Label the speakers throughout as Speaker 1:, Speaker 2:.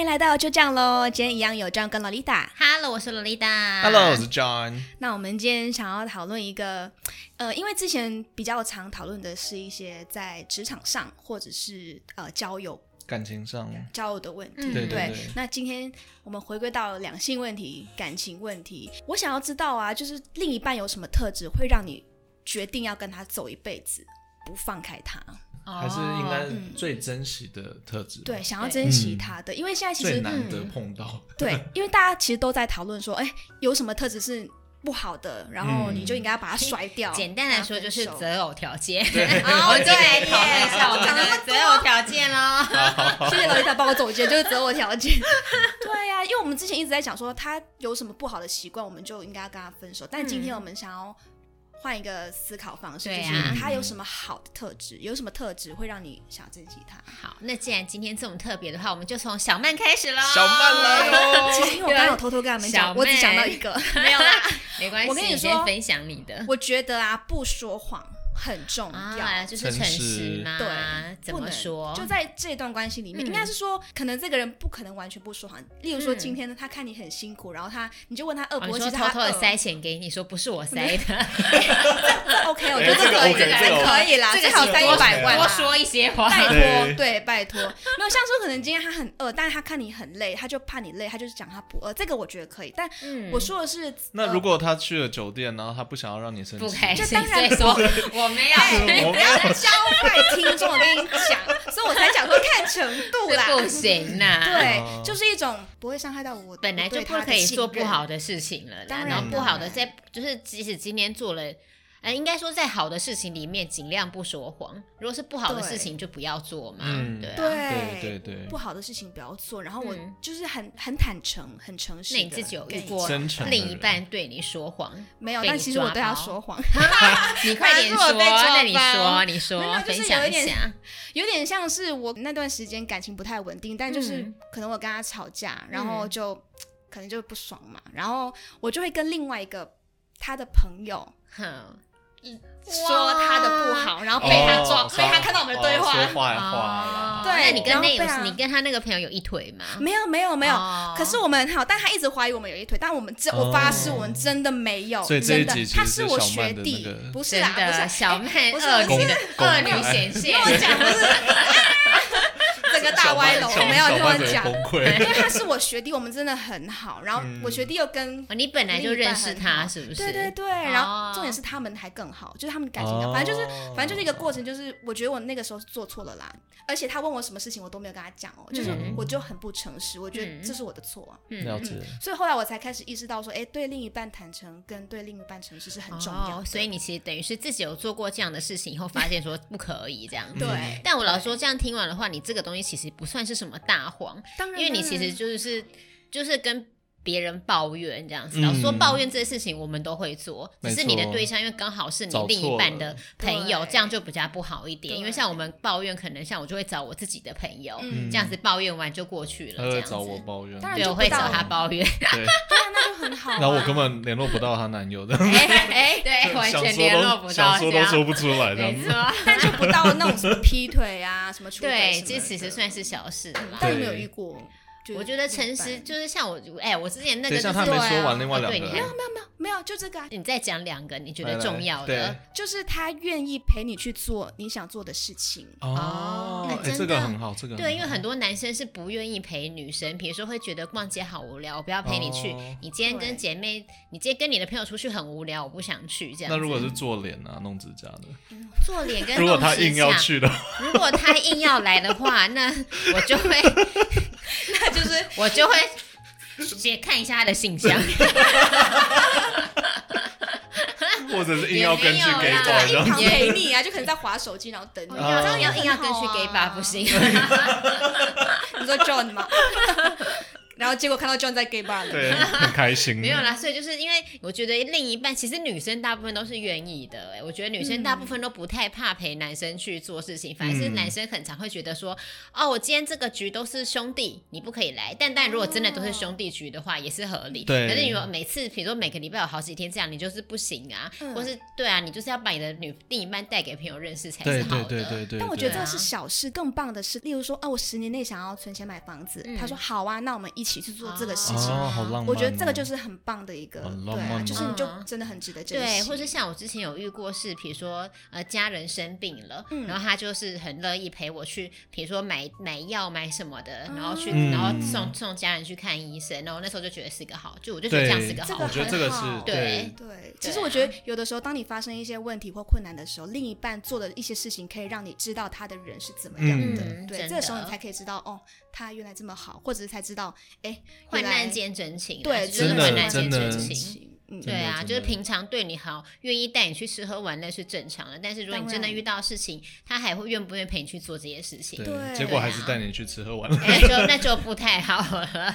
Speaker 1: 迎来到就这样喽，今天一样有 John 跟 Lolita。
Speaker 2: Hello，我是洛丽达。
Speaker 3: Hello，我是 John。
Speaker 1: 那我们今天想要讨论一个，呃，因为之前比较常讨论的是一些在职场上或者是呃交友
Speaker 3: 感情上，
Speaker 1: 交友的问题，
Speaker 2: 嗯
Speaker 3: 对
Speaker 1: 对
Speaker 3: 对
Speaker 1: 那今天我们回归到两性问题、感情问题，我想要知道啊，就是另一半有什么特质会让你决定要跟他走一辈子，不放开他？
Speaker 2: 哦
Speaker 3: 还是应该
Speaker 1: 嗯
Speaker 3: 最珍惜的特质，
Speaker 1: 哦对，，想要
Speaker 2: 对
Speaker 1: 珍惜
Speaker 3: 嗯
Speaker 1: 他的，因为现在其
Speaker 3: 最
Speaker 1: 实
Speaker 3: 难得
Speaker 1: 嗯
Speaker 3: 碰到。
Speaker 1: 对，因为大家其实都在讨论说，哎，有什么特质是不好的，然后
Speaker 3: 嗯
Speaker 1: 你就应该把它甩掉。
Speaker 2: 简单来说就是
Speaker 1: 跟他分手
Speaker 2: 择偶条件。哦好，我们
Speaker 1: 对
Speaker 2: 就 来讨论一下我们
Speaker 1: 讲那么
Speaker 2: 的择偶条件喽。
Speaker 1: 谢谢老丽塔帮我总结，就是择偶条件。 对呀、因为我们之前一直在讲说他有什么不好的习惯，我们就应该要跟他分手。但今天
Speaker 2: 嗯
Speaker 1: 我们想要换一个思考方式，
Speaker 2: 对
Speaker 1: 就是
Speaker 2: 啊
Speaker 1: 他有什么好的特质，有什么特质会让你想珍惜他。
Speaker 2: 好，那既然今天这么特别的话，我们就从小曼开始喽。
Speaker 3: 小曼来
Speaker 1: 啊其
Speaker 3: 喽，
Speaker 1: 实因为我刚刚有偷偷跟他们讲，
Speaker 2: 哦小
Speaker 1: 我只想到
Speaker 2: 妹
Speaker 1: 一个，
Speaker 2: 没有啦，没关系。
Speaker 1: 我跟你说
Speaker 2: 先分享你的
Speaker 1: 我觉得啊，不说谎很重要。
Speaker 2: 啊，就是诚实嘛。
Speaker 1: 对，
Speaker 2: 怎
Speaker 1: 不
Speaker 2: 么
Speaker 1: 能
Speaker 2: 说？
Speaker 1: 就在这段关系里面，
Speaker 2: 嗯
Speaker 1: 应该是说，可能这个人不可能完全不说谎。例如说，
Speaker 2: 嗯
Speaker 1: 今天呢，他看你很辛苦，然后他你就问他饿
Speaker 2: 哦
Speaker 1: 不
Speaker 2: 你
Speaker 1: 饿，其
Speaker 2: 说
Speaker 1: 实
Speaker 2: 偷
Speaker 1: 他
Speaker 2: 偷的
Speaker 1: 饿
Speaker 2: 塞钱给你，说不是我塞 的，
Speaker 1: 这 OK，我觉
Speaker 3: 哎
Speaker 1: 得
Speaker 3: 这个
Speaker 1: 可以，
Speaker 3: OK，这个
Speaker 1: 可以啦，
Speaker 2: 这
Speaker 1: 至
Speaker 2: 个
Speaker 1: 少
Speaker 2: 请
Speaker 1: 塞
Speaker 2: 多
Speaker 1: 一百万啊
Speaker 2: 多
Speaker 1: 啦。
Speaker 2: 说一些话。
Speaker 1: 拜托，
Speaker 3: 对
Speaker 1: 对，拜托，没有像说可能今天他很饿，但是他看你很累，他就怕你累，他就是讲他不饿，这个我觉得可以。但
Speaker 2: 嗯
Speaker 1: 我说的是，
Speaker 3: 那
Speaker 1: 呃
Speaker 3: 如果他去了酒店，然后他不想要让你生
Speaker 2: 不
Speaker 3: 气，哦
Speaker 2: 开心，
Speaker 1: 这当
Speaker 2: 所
Speaker 1: 然哎
Speaker 2: 以说我没有，
Speaker 3: 我没有
Speaker 1: 教坏听众，我跟你讲，所以我才讲说看程度啦，
Speaker 2: 这不行呐。
Speaker 1: 对
Speaker 3: 哦，
Speaker 1: 就是一种不会伤害到我，
Speaker 2: 本来就
Speaker 1: 我对
Speaker 2: 不
Speaker 1: 他的
Speaker 2: 可以做
Speaker 1: 信
Speaker 2: 不
Speaker 1: 任
Speaker 2: 好的事情了
Speaker 1: 当
Speaker 2: 啦，
Speaker 1: 然
Speaker 2: 然后不
Speaker 3: 当
Speaker 2: 好的
Speaker 1: 然
Speaker 2: 在就是即使今天做了。呃，应该说在好的事情里面尽量不说谎，如果是不好的事情就不要做嘛。
Speaker 3: 嗯
Speaker 2: 对啊。
Speaker 1: 对
Speaker 3: 对对对
Speaker 1: 不，好的事情不要做。然后我
Speaker 2: 嗯
Speaker 1: 就是很很坦诚、很诚实
Speaker 2: 那
Speaker 1: 地
Speaker 2: 你自己有
Speaker 1: 跟
Speaker 2: 遇
Speaker 1: 你
Speaker 2: 过
Speaker 1: 讲
Speaker 3: 真诚的
Speaker 2: 另一
Speaker 3: 人
Speaker 2: 半对你说谎，
Speaker 1: 没有？
Speaker 2: 被
Speaker 1: 但
Speaker 2: 你
Speaker 1: 其实我
Speaker 2: 抓
Speaker 1: 对他
Speaker 2: 包
Speaker 1: 说谎，
Speaker 2: 你快 点
Speaker 1: 反正
Speaker 2: 说，
Speaker 1: 是我被抓
Speaker 2: 那你
Speaker 1: 包
Speaker 2: 说，你说
Speaker 1: 没有，就是
Speaker 2: 分享
Speaker 1: 有一
Speaker 2: 一
Speaker 1: 点
Speaker 2: 下。
Speaker 1: 有点像是我那段时间感情不太稳定，但就是
Speaker 2: 嗯
Speaker 1: 可能我跟他吵架，然后
Speaker 2: 嗯
Speaker 1: 就可能就不爽嘛，然后我就会跟另外一个他的朋友
Speaker 2: 哼，
Speaker 1: 说他的不好，然后
Speaker 3: 哦
Speaker 1: 被他抓，
Speaker 3: 哦
Speaker 1: 被他看到我们的对
Speaker 3: 哦
Speaker 1: 话。
Speaker 3: 说坏话啦，
Speaker 1: 对
Speaker 2: 哦那你
Speaker 1: 然
Speaker 2: 跟
Speaker 1: 后
Speaker 2: 那
Speaker 1: 被啊
Speaker 2: 个你跟他那个朋友有一腿吗？
Speaker 1: 没有没有没有，
Speaker 2: 哦
Speaker 1: 可是我们很好，但他一直怀疑我们有一腿，但我们真我发誓
Speaker 3: 哦
Speaker 1: 我们真的没有，
Speaker 3: 所以这一
Speaker 1: 真的
Speaker 3: 集其
Speaker 1: 他
Speaker 3: 实
Speaker 1: 是
Speaker 3: 是
Speaker 1: 我
Speaker 3: 小
Speaker 1: 学
Speaker 3: 曼的
Speaker 1: 弟
Speaker 3: 那，个
Speaker 1: 不是
Speaker 2: 真
Speaker 1: 啦，不是
Speaker 2: 的，
Speaker 1: 啊
Speaker 2: 小曼
Speaker 1: 不是
Speaker 2: 恶
Speaker 1: 不
Speaker 2: 女
Speaker 1: 是
Speaker 3: 公
Speaker 2: 恶女显现，
Speaker 1: 我讲不是 整个大歪楼，
Speaker 3: 小
Speaker 1: 没有
Speaker 3: 小
Speaker 1: 听
Speaker 3: 曼
Speaker 1: 我
Speaker 3: 整个
Speaker 1: 讲
Speaker 3: 崩，
Speaker 1: 因
Speaker 3: 溃，
Speaker 1: 为他是我学弟，我们真的很好，然后
Speaker 3: 嗯
Speaker 1: 我学弟又跟。
Speaker 2: 哦，你本来就认识他，是不哦是？
Speaker 1: 对对对，然后重点是他们还更好，就是他们感情更好，反正就是，
Speaker 3: 是
Speaker 1: 反正就是一个过程，就是我觉得我那个时候是做错了啦，而且他问我什么事情我都没有跟他讲哦，就是
Speaker 2: 嗯
Speaker 1: 我就很不诚实，我觉得
Speaker 2: 嗯
Speaker 1: 这是我的错啊，
Speaker 2: 嗯
Speaker 3: 了
Speaker 1: 嗯
Speaker 3: 解。
Speaker 1: 所以后来我才开始意识到说，哎，对另一半坦诚跟对另一半诚实是很重要
Speaker 2: 哦
Speaker 1: 的，
Speaker 2: 所以你其实等于是自己有做过这样的事情以后，发现说不可以这样子。
Speaker 1: 对，
Speaker 2: 但我老实说，这样听完的话，你这个东西其实不算是什么大谎，
Speaker 1: 当
Speaker 2: 因
Speaker 1: 然，
Speaker 2: 为你其
Speaker 1: 当
Speaker 2: 实
Speaker 1: 然
Speaker 2: 就是就是跟别人抱怨这样子。
Speaker 3: 嗯
Speaker 2: 老实说，抱怨这件事情我们都会做，只
Speaker 3: 没错
Speaker 2: 是你的对象因为刚好是你
Speaker 3: 找错
Speaker 2: 另一半的朋友，
Speaker 1: 对
Speaker 2: 这样就比较不好一点。
Speaker 1: 对
Speaker 2: 因为像我们抱怨，可能像我就会找我自己的朋友，
Speaker 1: 嗯
Speaker 2: 这样子抱怨完就过去了。
Speaker 3: 他
Speaker 2: 这
Speaker 3: 会
Speaker 2: 样
Speaker 3: 找我
Speaker 2: 子，
Speaker 3: 抱怨，
Speaker 1: 当然
Speaker 2: 对，
Speaker 1: 就
Speaker 2: 我
Speaker 1: 不
Speaker 2: 会
Speaker 1: 到
Speaker 2: 找他
Speaker 1: 了
Speaker 2: 抱 怨。
Speaker 3: 对，
Speaker 1: 对啊，那就很好啊，
Speaker 3: 然后我根本联络不到她男友的，
Speaker 2: 哎哎，对，完
Speaker 3: 想
Speaker 2: 全
Speaker 3: 说
Speaker 2: 联络不
Speaker 3: 都想
Speaker 2: 到，这
Speaker 3: 说都
Speaker 2: 样
Speaker 3: 说不出来这样
Speaker 2: 没
Speaker 3: 子。
Speaker 2: 错，
Speaker 1: 但就不到那种什么劈腿啊，什么出轨什
Speaker 2: 对，
Speaker 1: 么
Speaker 2: 这
Speaker 1: 的
Speaker 2: 其实算是小事啦。
Speaker 1: 但
Speaker 3: 对
Speaker 1: 有没有遇过？就是
Speaker 2: 我觉
Speaker 1: 另
Speaker 2: 得
Speaker 1: 一
Speaker 2: 诚
Speaker 1: 半
Speaker 2: 实就是像我，哎，我之前那
Speaker 3: 等
Speaker 2: 个
Speaker 3: 一
Speaker 2: 就
Speaker 3: 下，
Speaker 2: 是啊
Speaker 3: 他没说完，另外两
Speaker 2: 对
Speaker 3: 个
Speaker 2: 你
Speaker 3: 人
Speaker 1: 没有，就这个、啊，
Speaker 2: 你再讲两个你觉
Speaker 3: 来
Speaker 2: 得
Speaker 3: 来
Speaker 2: 重要的
Speaker 3: 对，
Speaker 1: 就是他愿意陪你去做你想做的事 情。
Speaker 2: 哦
Speaker 3: 哦，哎，
Speaker 2: 真
Speaker 3: 这个
Speaker 2: 的
Speaker 3: 很好，这个
Speaker 2: 对，因为
Speaker 3: 好
Speaker 2: 很多男生是不愿意陪女生，比如说会觉得逛街好无聊，我不要陪你去
Speaker 3: 哦。
Speaker 2: 你今天
Speaker 1: 对
Speaker 2: 跟姐妹，你今天跟你的朋友出去很无聊，我不想去这样子。
Speaker 3: 那如果是做脸啊、弄指甲的，
Speaker 2: 做脸跟
Speaker 3: 如果
Speaker 2: 弄
Speaker 3: 他
Speaker 2: 指
Speaker 3: 硬要
Speaker 2: 甲，
Speaker 3: 去 的话，
Speaker 2: 如果他硬要来的话，那我就会，那就是我就会先看一下他的信箱。
Speaker 3: 或者是硬要跟去
Speaker 2: 也没
Speaker 3: 给
Speaker 2: 有啦
Speaker 3: 宝
Speaker 1: 他一
Speaker 2: 对
Speaker 3: 这样，
Speaker 1: 旁陪你啊，就可能在划手机，然后等你。啊
Speaker 2: 硬要
Speaker 3: 哦
Speaker 2: 啊 要硬要跟去 gay 吧不行。
Speaker 1: 你说 John 吗？ 然后结果看到 John 在 gay bar 里，
Speaker 3: 对，很开心。
Speaker 2: 没有啦，所以就是因为我觉得另一半，其实女生大部分都是愿意的、欸。我觉得女生大部分都不太怕陪男生去做事情，反而
Speaker 3: 嗯
Speaker 2: 是男生很常会觉得说，哦，我今天这个局都是兄弟，你不可以来。但但如果真的都是兄弟局的话，也是合理。
Speaker 3: 对
Speaker 2: 可是你有每次，比如说每个礼拜有好几天这样，你就是不行啊，
Speaker 1: 嗯
Speaker 2: 或是对啊，你就是要把你的女另一半带给朋友认识才
Speaker 3: 对
Speaker 2: 是
Speaker 3: 对
Speaker 2: 好的。
Speaker 3: 对对对。
Speaker 1: 但我觉得这
Speaker 2: 对
Speaker 1: 个
Speaker 2: 啊
Speaker 1: 是小事，更棒的是，例如说，哦，我十年内想要存钱买房子，
Speaker 2: 嗯
Speaker 1: 他说好啊，那我们一起去做这个事情。
Speaker 3: 哦，好浪漫哦。
Speaker 1: 我觉得这个就是很棒的一个，
Speaker 3: 很浪
Speaker 1: 对啊，
Speaker 3: 漫
Speaker 1: 就是你就
Speaker 2: 哦
Speaker 1: 真的很值得珍惜。
Speaker 2: 对，或者像我之前有遇过是，比如说呃家人生病了，
Speaker 1: 嗯
Speaker 2: 然后他就是很乐意陪我去，比如说买买药买什么的，然后去、
Speaker 3: 嗯
Speaker 2: 然后送送家人去看医生，然后那时候就觉得是个好，就我就觉得
Speaker 3: 对
Speaker 2: 这样是个
Speaker 1: 这
Speaker 2: 好
Speaker 1: 个
Speaker 3: 我
Speaker 2: 的。
Speaker 3: 觉得这个是
Speaker 1: 很好
Speaker 3: 对
Speaker 1: 对，其实我
Speaker 2: 啊
Speaker 1: 觉得有的时候，当你发生一些问题或困难的时候，另一半做的一些事情，可以让你知道他的人是怎么样的。
Speaker 2: 嗯
Speaker 1: 对，
Speaker 2: 真
Speaker 1: 这个时候你
Speaker 2: 的
Speaker 1: 才可以知道，哦，他原来这么好，或者是才知道，哎，
Speaker 2: 患
Speaker 1: 原来
Speaker 2: 难见真情啊，
Speaker 1: 对，
Speaker 2: 是真
Speaker 3: 真的
Speaker 2: 患难见
Speaker 3: 真的
Speaker 2: 真情。
Speaker 1: 情，嗯，
Speaker 3: 真
Speaker 2: 对
Speaker 3: 的
Speaker 2: 啊，
Speaker 3: 真
Speaker 2: 就是
Speaker 3: 的
Speaker 2: 平常对你好，愿意带你去吃喝玩乐是正常的。但是如果你
Speaker 1: 当
Speaker 2: 真的
Speaker 1: 然
Speaker 2: 遇到事情，他还会愿不愿意陪你去做这些事情？
Speaker 1: 对
Speaker 3: 结果还是带你去吃喝玩乐。
Speaker 2: 哎，就那就不太好了。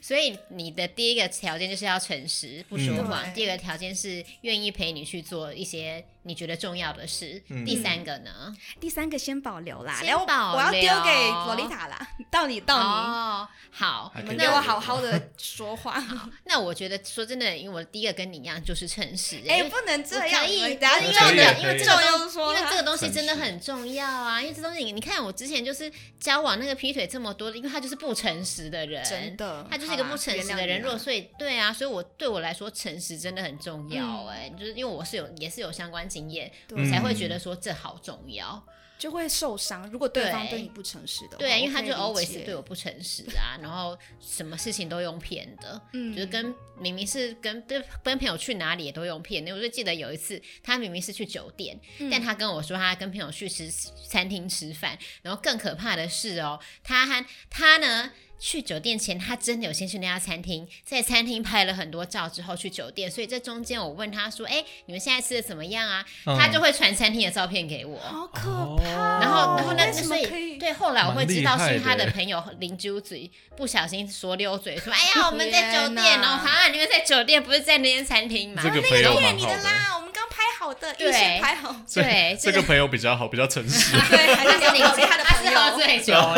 Speaker 2: 所以你的第一个条件就是要诚实，不说
Speaker 1: 嗯
Speaker 2: 谎；
Speaker 1: 对
Speaker 2: 第二个条件是愿意陪你去做一些你觉得重要的事；
Speaker 3: 嗯
Speaker 2: 第三个呢？
Speaker 1: 第三个先保留啦，
Speaker 2: 先
Speaker 1: 然后
Speaker 2: 保
Speaker 1: 我要丢
Speaker 2: 留
Speaker 1: 给洛丽塔啦，到你到你。啊
Speaker 2: 哦，好
Speaker 3: 还，
Speaker 1: 你
Speaker 3: 可
Speaker 1: 们
Speaker 3: 以
Speaker 1: 给
Speaker 2: 那
Speaker 1: 我
Speaker 3: 保
Speaker 1: 好
Speaker 2: 我
Speaker 3: 留
Speaker 1: 好 的说话，
Speaker 2: 那我觉得说真的，因为我第一个跟你一样就是诚实。
Speaker 1: 哎、
Speaker 2: 因为
Speaker 1: 不能这
Speaker 2: 我
Speaker 1: 样，
Speaker 2: 可以
Speaker 1: 你们等下
Speaker 2: 因
Speaker 1: 又
Speaker 2: 为
Speaker 1: 要
Speaker 3: 可以
Speaker 1: 忍
Speaker 3: 可以
Speaker 2: 因为这
Speaker 1: 这
Speaker 2: 个
Speaker 1: 个
Speaker 2: 东
Speaker 1: 又说
Speaker 2: 因为
Speaker 1: 他
Speaker 2: 这个东西真的
Speaker 3: 诚实
Speaker 2: 很重要啊！因为这东西，你看我之前就是交往那个劈腿这么多的，因为他就是不诚实的人，
Speaker 1: 真的，
Speaker 2: 他就是一个
Speaker 1: 好
Speaker 2: 不
Speaker 1: 啦
Speaker 2: 诚实的人。如果所以对啊，所以我对我来说，诚实真的很重要哎、就是因为我是有也是有相关经验，
Speaker 1: 原谅
Speaker 2: 我
Speaker 1: 你啦嗯
Speaker 2: 才
Speaker 1: 对，嗯
Speaker 2: 会觉得说这好重要。
Speaker 1: 就会受伤。如果对方
Speaker 2: 对
Speaker 1: 对你不诚实的话，
Speaker 2: 对啊，因为他就
Speaker 1: 我可以理
Speaker 2: always
Speaker 1: 解
Speaker 2: 对我不诚实啊，然后什么事情都用骗的，
Speaker 1: 嗯
Speaker 2: 就是跟明明是跟跟跟朋友去哪里也都用骗的。我就记得有一次，他明明是去酒店，
Speaker 1: 嗯
Speaker 2: 但他跟我说他跟朋友去吃餐厅吃饭，然后更可怕的是哦，他和他呢。去酒店前，他真的有先去那家餐厅，在餐厅拍了很多照之后去酒店，所以这中间我问他说：“哎、你们现在吃的怎么样啊？”
Speaker 3: 嗯
Speaker 2: 他就会传餐厅的照片给我。
Speaker 1: 好可
Speaker 3: 哦
Speaker 1: 怕哦。
Speaker 2: 然后，然后那
Speaker 1: 为
Speaker 2: 那
Speaker 1: 什
Speaker 2: 所
Speaker 1: 么
Speaker 2: 以
Speaker 1: 可以？
Speaker 2: 对，后来我
Speaker 3: 蛮
Speaker 2: 会知
Speaker 3: 厉
Speaker 2: 道
Speaker 3: 害
Speaker 2: 是
Speaker 3: 的
Speaker 2: 他的
Speaker 3: 欸
Speaker 2: 朋友邻居嘴不小心说溜嘴说：“哎呀，我们在酒
Speaker 1: 天
Speaker 2: 店
Speaker 1: 哪
Speaker 2: 哦，啊，你们在酒店不是在那间餐厅吗？”
Speaker 3: 这个朋友
Speaker 1: 骗
Speaker 3: 蛮
Speaker 1: 你
Speaker 3: 好
Speaker 1: 的
Speaker 3: 的，
Speaker 1: 啦，我们刚拍好的，
Speaker 2: 对
Speaker 1: 预先拍好，
Speaker 3: 所以
Speaker 2: 对
Speaker 3: 这
Speaker 2: 这
Speaker 3: 个朋友比较好，比较诚实。
Speaker 1: 对，还是要
Speaker 2: 他是邻
Speaker 1: 考
Speaker 2: 居
Speaker 1: 虑他的
Speaker 2: 他
Speaker 1: 朋
Speaker 2: 是喝
Speaker 1: 友。
Speaker 2: 醉酒了，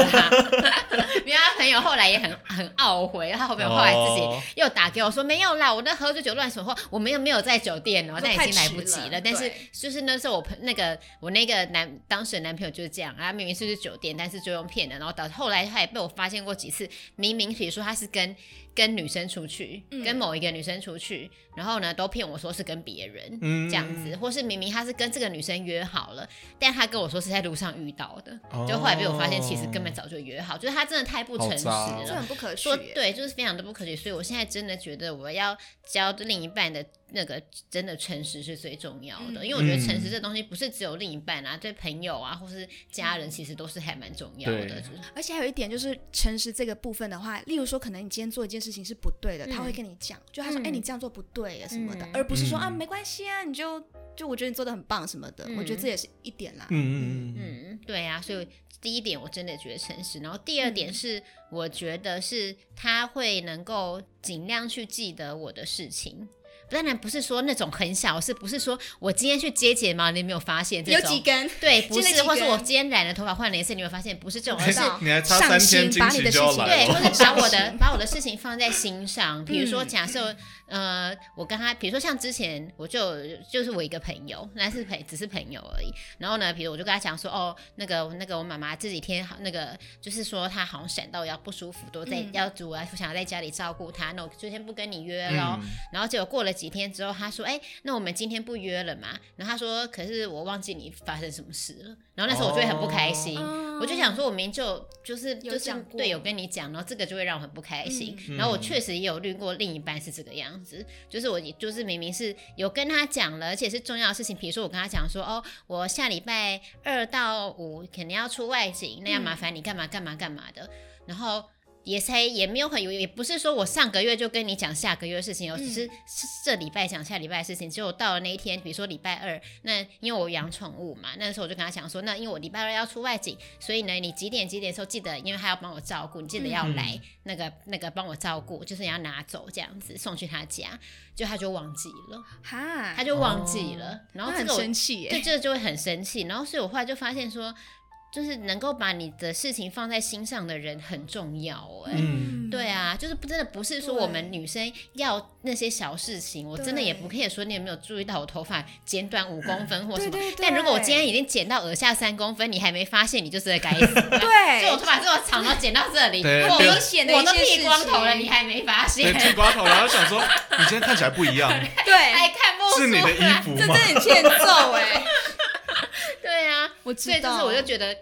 Speaker 2: 因为他朋友后来也很很懊悔， 他后面后来自
Speaker 3: 哦
Speaker 2: 己又打给我说没有啦，我那喝醉酒乱说话，我们又没有在酒店哦，
Speaker 1: 说
Speaker 2: 但已
Speaker 1: 太
Speaker 2: 经来
Speaker 1: 迟
Speaker 2: 不及
Speaker 1: 了
Speaker 2: 了。但是
Speaker 1: 对
Speaker 2: 就是那时候我朋那个我那个男当时的男朋友就是这样，他明明是去酒店，但是就用骗的，然后导后来他也被我发现过几次，明明比如说他是跟跟女生出去，
Speaker 1: 嗯
Speaker 2: 跟某一个女生出去，然后呢都骗我说是跟别人。
Speaker 3: 嗯
Speaker 2: 这样子，或是明明他是跟这个女生约好了，但他跟我说是在路上遇到的，
Speaker 3: 哦
Speaker 2: 就后来被我发现其实根本早就约好，就是他真的太不诚实
Speaker 3: 好渣哦
Speaker 1: 这
Speaker 2: 了。
Speaker 1: 很不可取
Speaker 2: 说
Speaker 1: 耶。
Speaker 2: 对，就是非常的不可取，所以我现在真的觉得我要教另一半的那个真的诚实是最重要的，
Speaker 1: 嗯
Speaker 2: 因为我觉得诚实
Speaker 3: 嗯
Speaker 2: 这东西不是只有另一半啊，对朋友啊或是家人其实都是还蛮重要的。
Speaker 3: 对
Speaker 2: 就是
Speaker 1: 而且还有一点就是诚实这个部分的话，例如说，可能你今天做一件事情是不对的，
Speaker 2: 嗯
Speaker 1: 他会跟你讲，就他说：“
Speaker 2: 嗯
Speaker 1: 哎、你这样做不对呀什么的”，
Speaker 2: 嗯
Speaker 1: 而不是说、
Speaker 3: 嗯
Speaker 1: 啊没关系啊，你就就我觉得你做的很棒什么的。
Speaker 2: 嗯
Speaker 1: 我觉得这也是一点啦。
Speaker 3: 嗯嗯嗯
Speaker 2: 嗯，对啊，所以第一点我真的觉得诚实，然后第二
Speaker 1: 嗯
Speaker 2: 点是我觉得是他会能够尽量去记得我的事情。当然不是说那种很小的事，是不是说我今天去接睫毛，你有没有发现这
Speaker 1: 有
Speaker 2: 种？
Speaker 1: 几根
Speaker 2: 对，不
Speaker 1: 接了
Speaker 2: 是，
Speaker 1: 几
Speaker 2: 或是
Speaker 1: 根
Speaker 2: 我今天染了头发换了颜色，你有没有发现不是这种，
Speaker 1: 我
Speaker 2: 而
Speaker 1: 知
Speaker 2: 是
Speaker 1: 道
Speaker 3: 你还差三天惊喜就要来
Speaker 2: 对，
Speaker 1: 上
Speaker 2: 或
Speaker 1: 心
Speaker 3: 了。
Speaker 2: 者把我的把我的事情放在心上，比如说假设、呃，我跟他，比如说像之前我就就是我一个朋友，那是朋只是朋友而已。然后呢，比如我就跟他讲说，哦，那个那个我妈妈这几天好那个就是说她好像闪到腰不舒服，都在、
Speaker 1: 嗯
Speaker 2: 要煮啊，想要在家里照顾她，那我就先不跟你约喽。
Speaker 3: 嗯
Speaker 2: 然后结果过了几天之后，他说：“哎、那我们今天不约了嘛？”然后他说：“可是我忘记你发生什么事了。”然后那时候我就会很不开心，
Speaker 1: 哦
Speaker 2: 嗯我就想说，我明明就就是
Speaker 1: 有
Speaker 2: 就是
Speaker 1: 讲过
Speaker 2: 对有跟你讲，然后这个就会让我很不开心。
Speaker 3: 嗯
Speaker 2: 然后我确实也有遇过另一半是这个样子，就是我就是明明是有跟他讲了，而且是重要的事情，比如说我跟他讲说：“哦，我下礼拜二到五肯定要出外景，那要麻烦你干嘛干嘛干嘛的。”然后。也才也没有很有，也不是说我上个月就跟你讲下个月的事情，
Speaker 1: 嗯
Speaker 2: 我只是是这礼拜讲下礼拜的事情。结果到了那一天，比如说礼拜二，那因为我养宠物嘛，那时候我就跟他讲说，那因为我礼拜二要出外景，所以呢，你几点几点的时候记得，因为他要帮我照顾，你记得
Speaker 1: 嗯
Speaker 2: 要来、那个那个帮我照顾，就是你要拿走这样子送去他家，就他就忘记了，
Speaker 1: 哈，
Speaker 2: 他就忘记了，然后
Speaker 1: 他
Speaker 2: 这
Speaker 1: 哦很
Speaker 2: 个我
Speaker 1: 生气耶，
Speaker 2: 对，这个就会很生气。然后，所以我后来就发现说，就是能够把你的事情放在心上的人很重要哎、
Speaker 3: 嗯，
Speaker 2: 对啊，就是不真的不是说我们
Speaker 1: 对
Speaker 2: 女生要那些小事情，我真的也
Speaker 1: 对
Speaker 2: 不可以说你有没有注意到我头发剪短五公分或什么。
Speaker 1: 对对对
Speaker 2: 但如果我今天已经剪到耳下三公分，你还没发现，你就是个该死。 就我
Speaker 1: 对，
Speaker 2: 头发这么长，然后剪到这里，
Speaker 3: 对
Speaker 2: 我
Speaker 3: 对
Speaker 2: 都
Speaker 1: 显得
Speaker 2: 我
Speaker 1: 一
Speaker 2: 都
Speaker 1: 些
Speaker 2: 剃
Speaker 1: 事
Speaker 2: 光头了，
Speaker 1: 情
Speaker 2: 你还没发
Speaker 3: 对，
Speaker 2: 现，
Speaker 3: 剃光头，然后想说你今天看起来不一样，
Speaker 1: 对，
Speaker 2: 还看不出
Speaker 3: 是你的衣
Speaker 2: 来。
Speaker 3: 服
Speaker 1: 这真
Speaker 3: 吗
Speaker 1: 的？很欠揍哎，
Speaker 2: 对啊，
Speaker 1: 我
Speaker 2: 所以
Speaker 1: 知
Speaker 2: 就
Speaker 1: 道，
Speaker 2: 是我就觉得，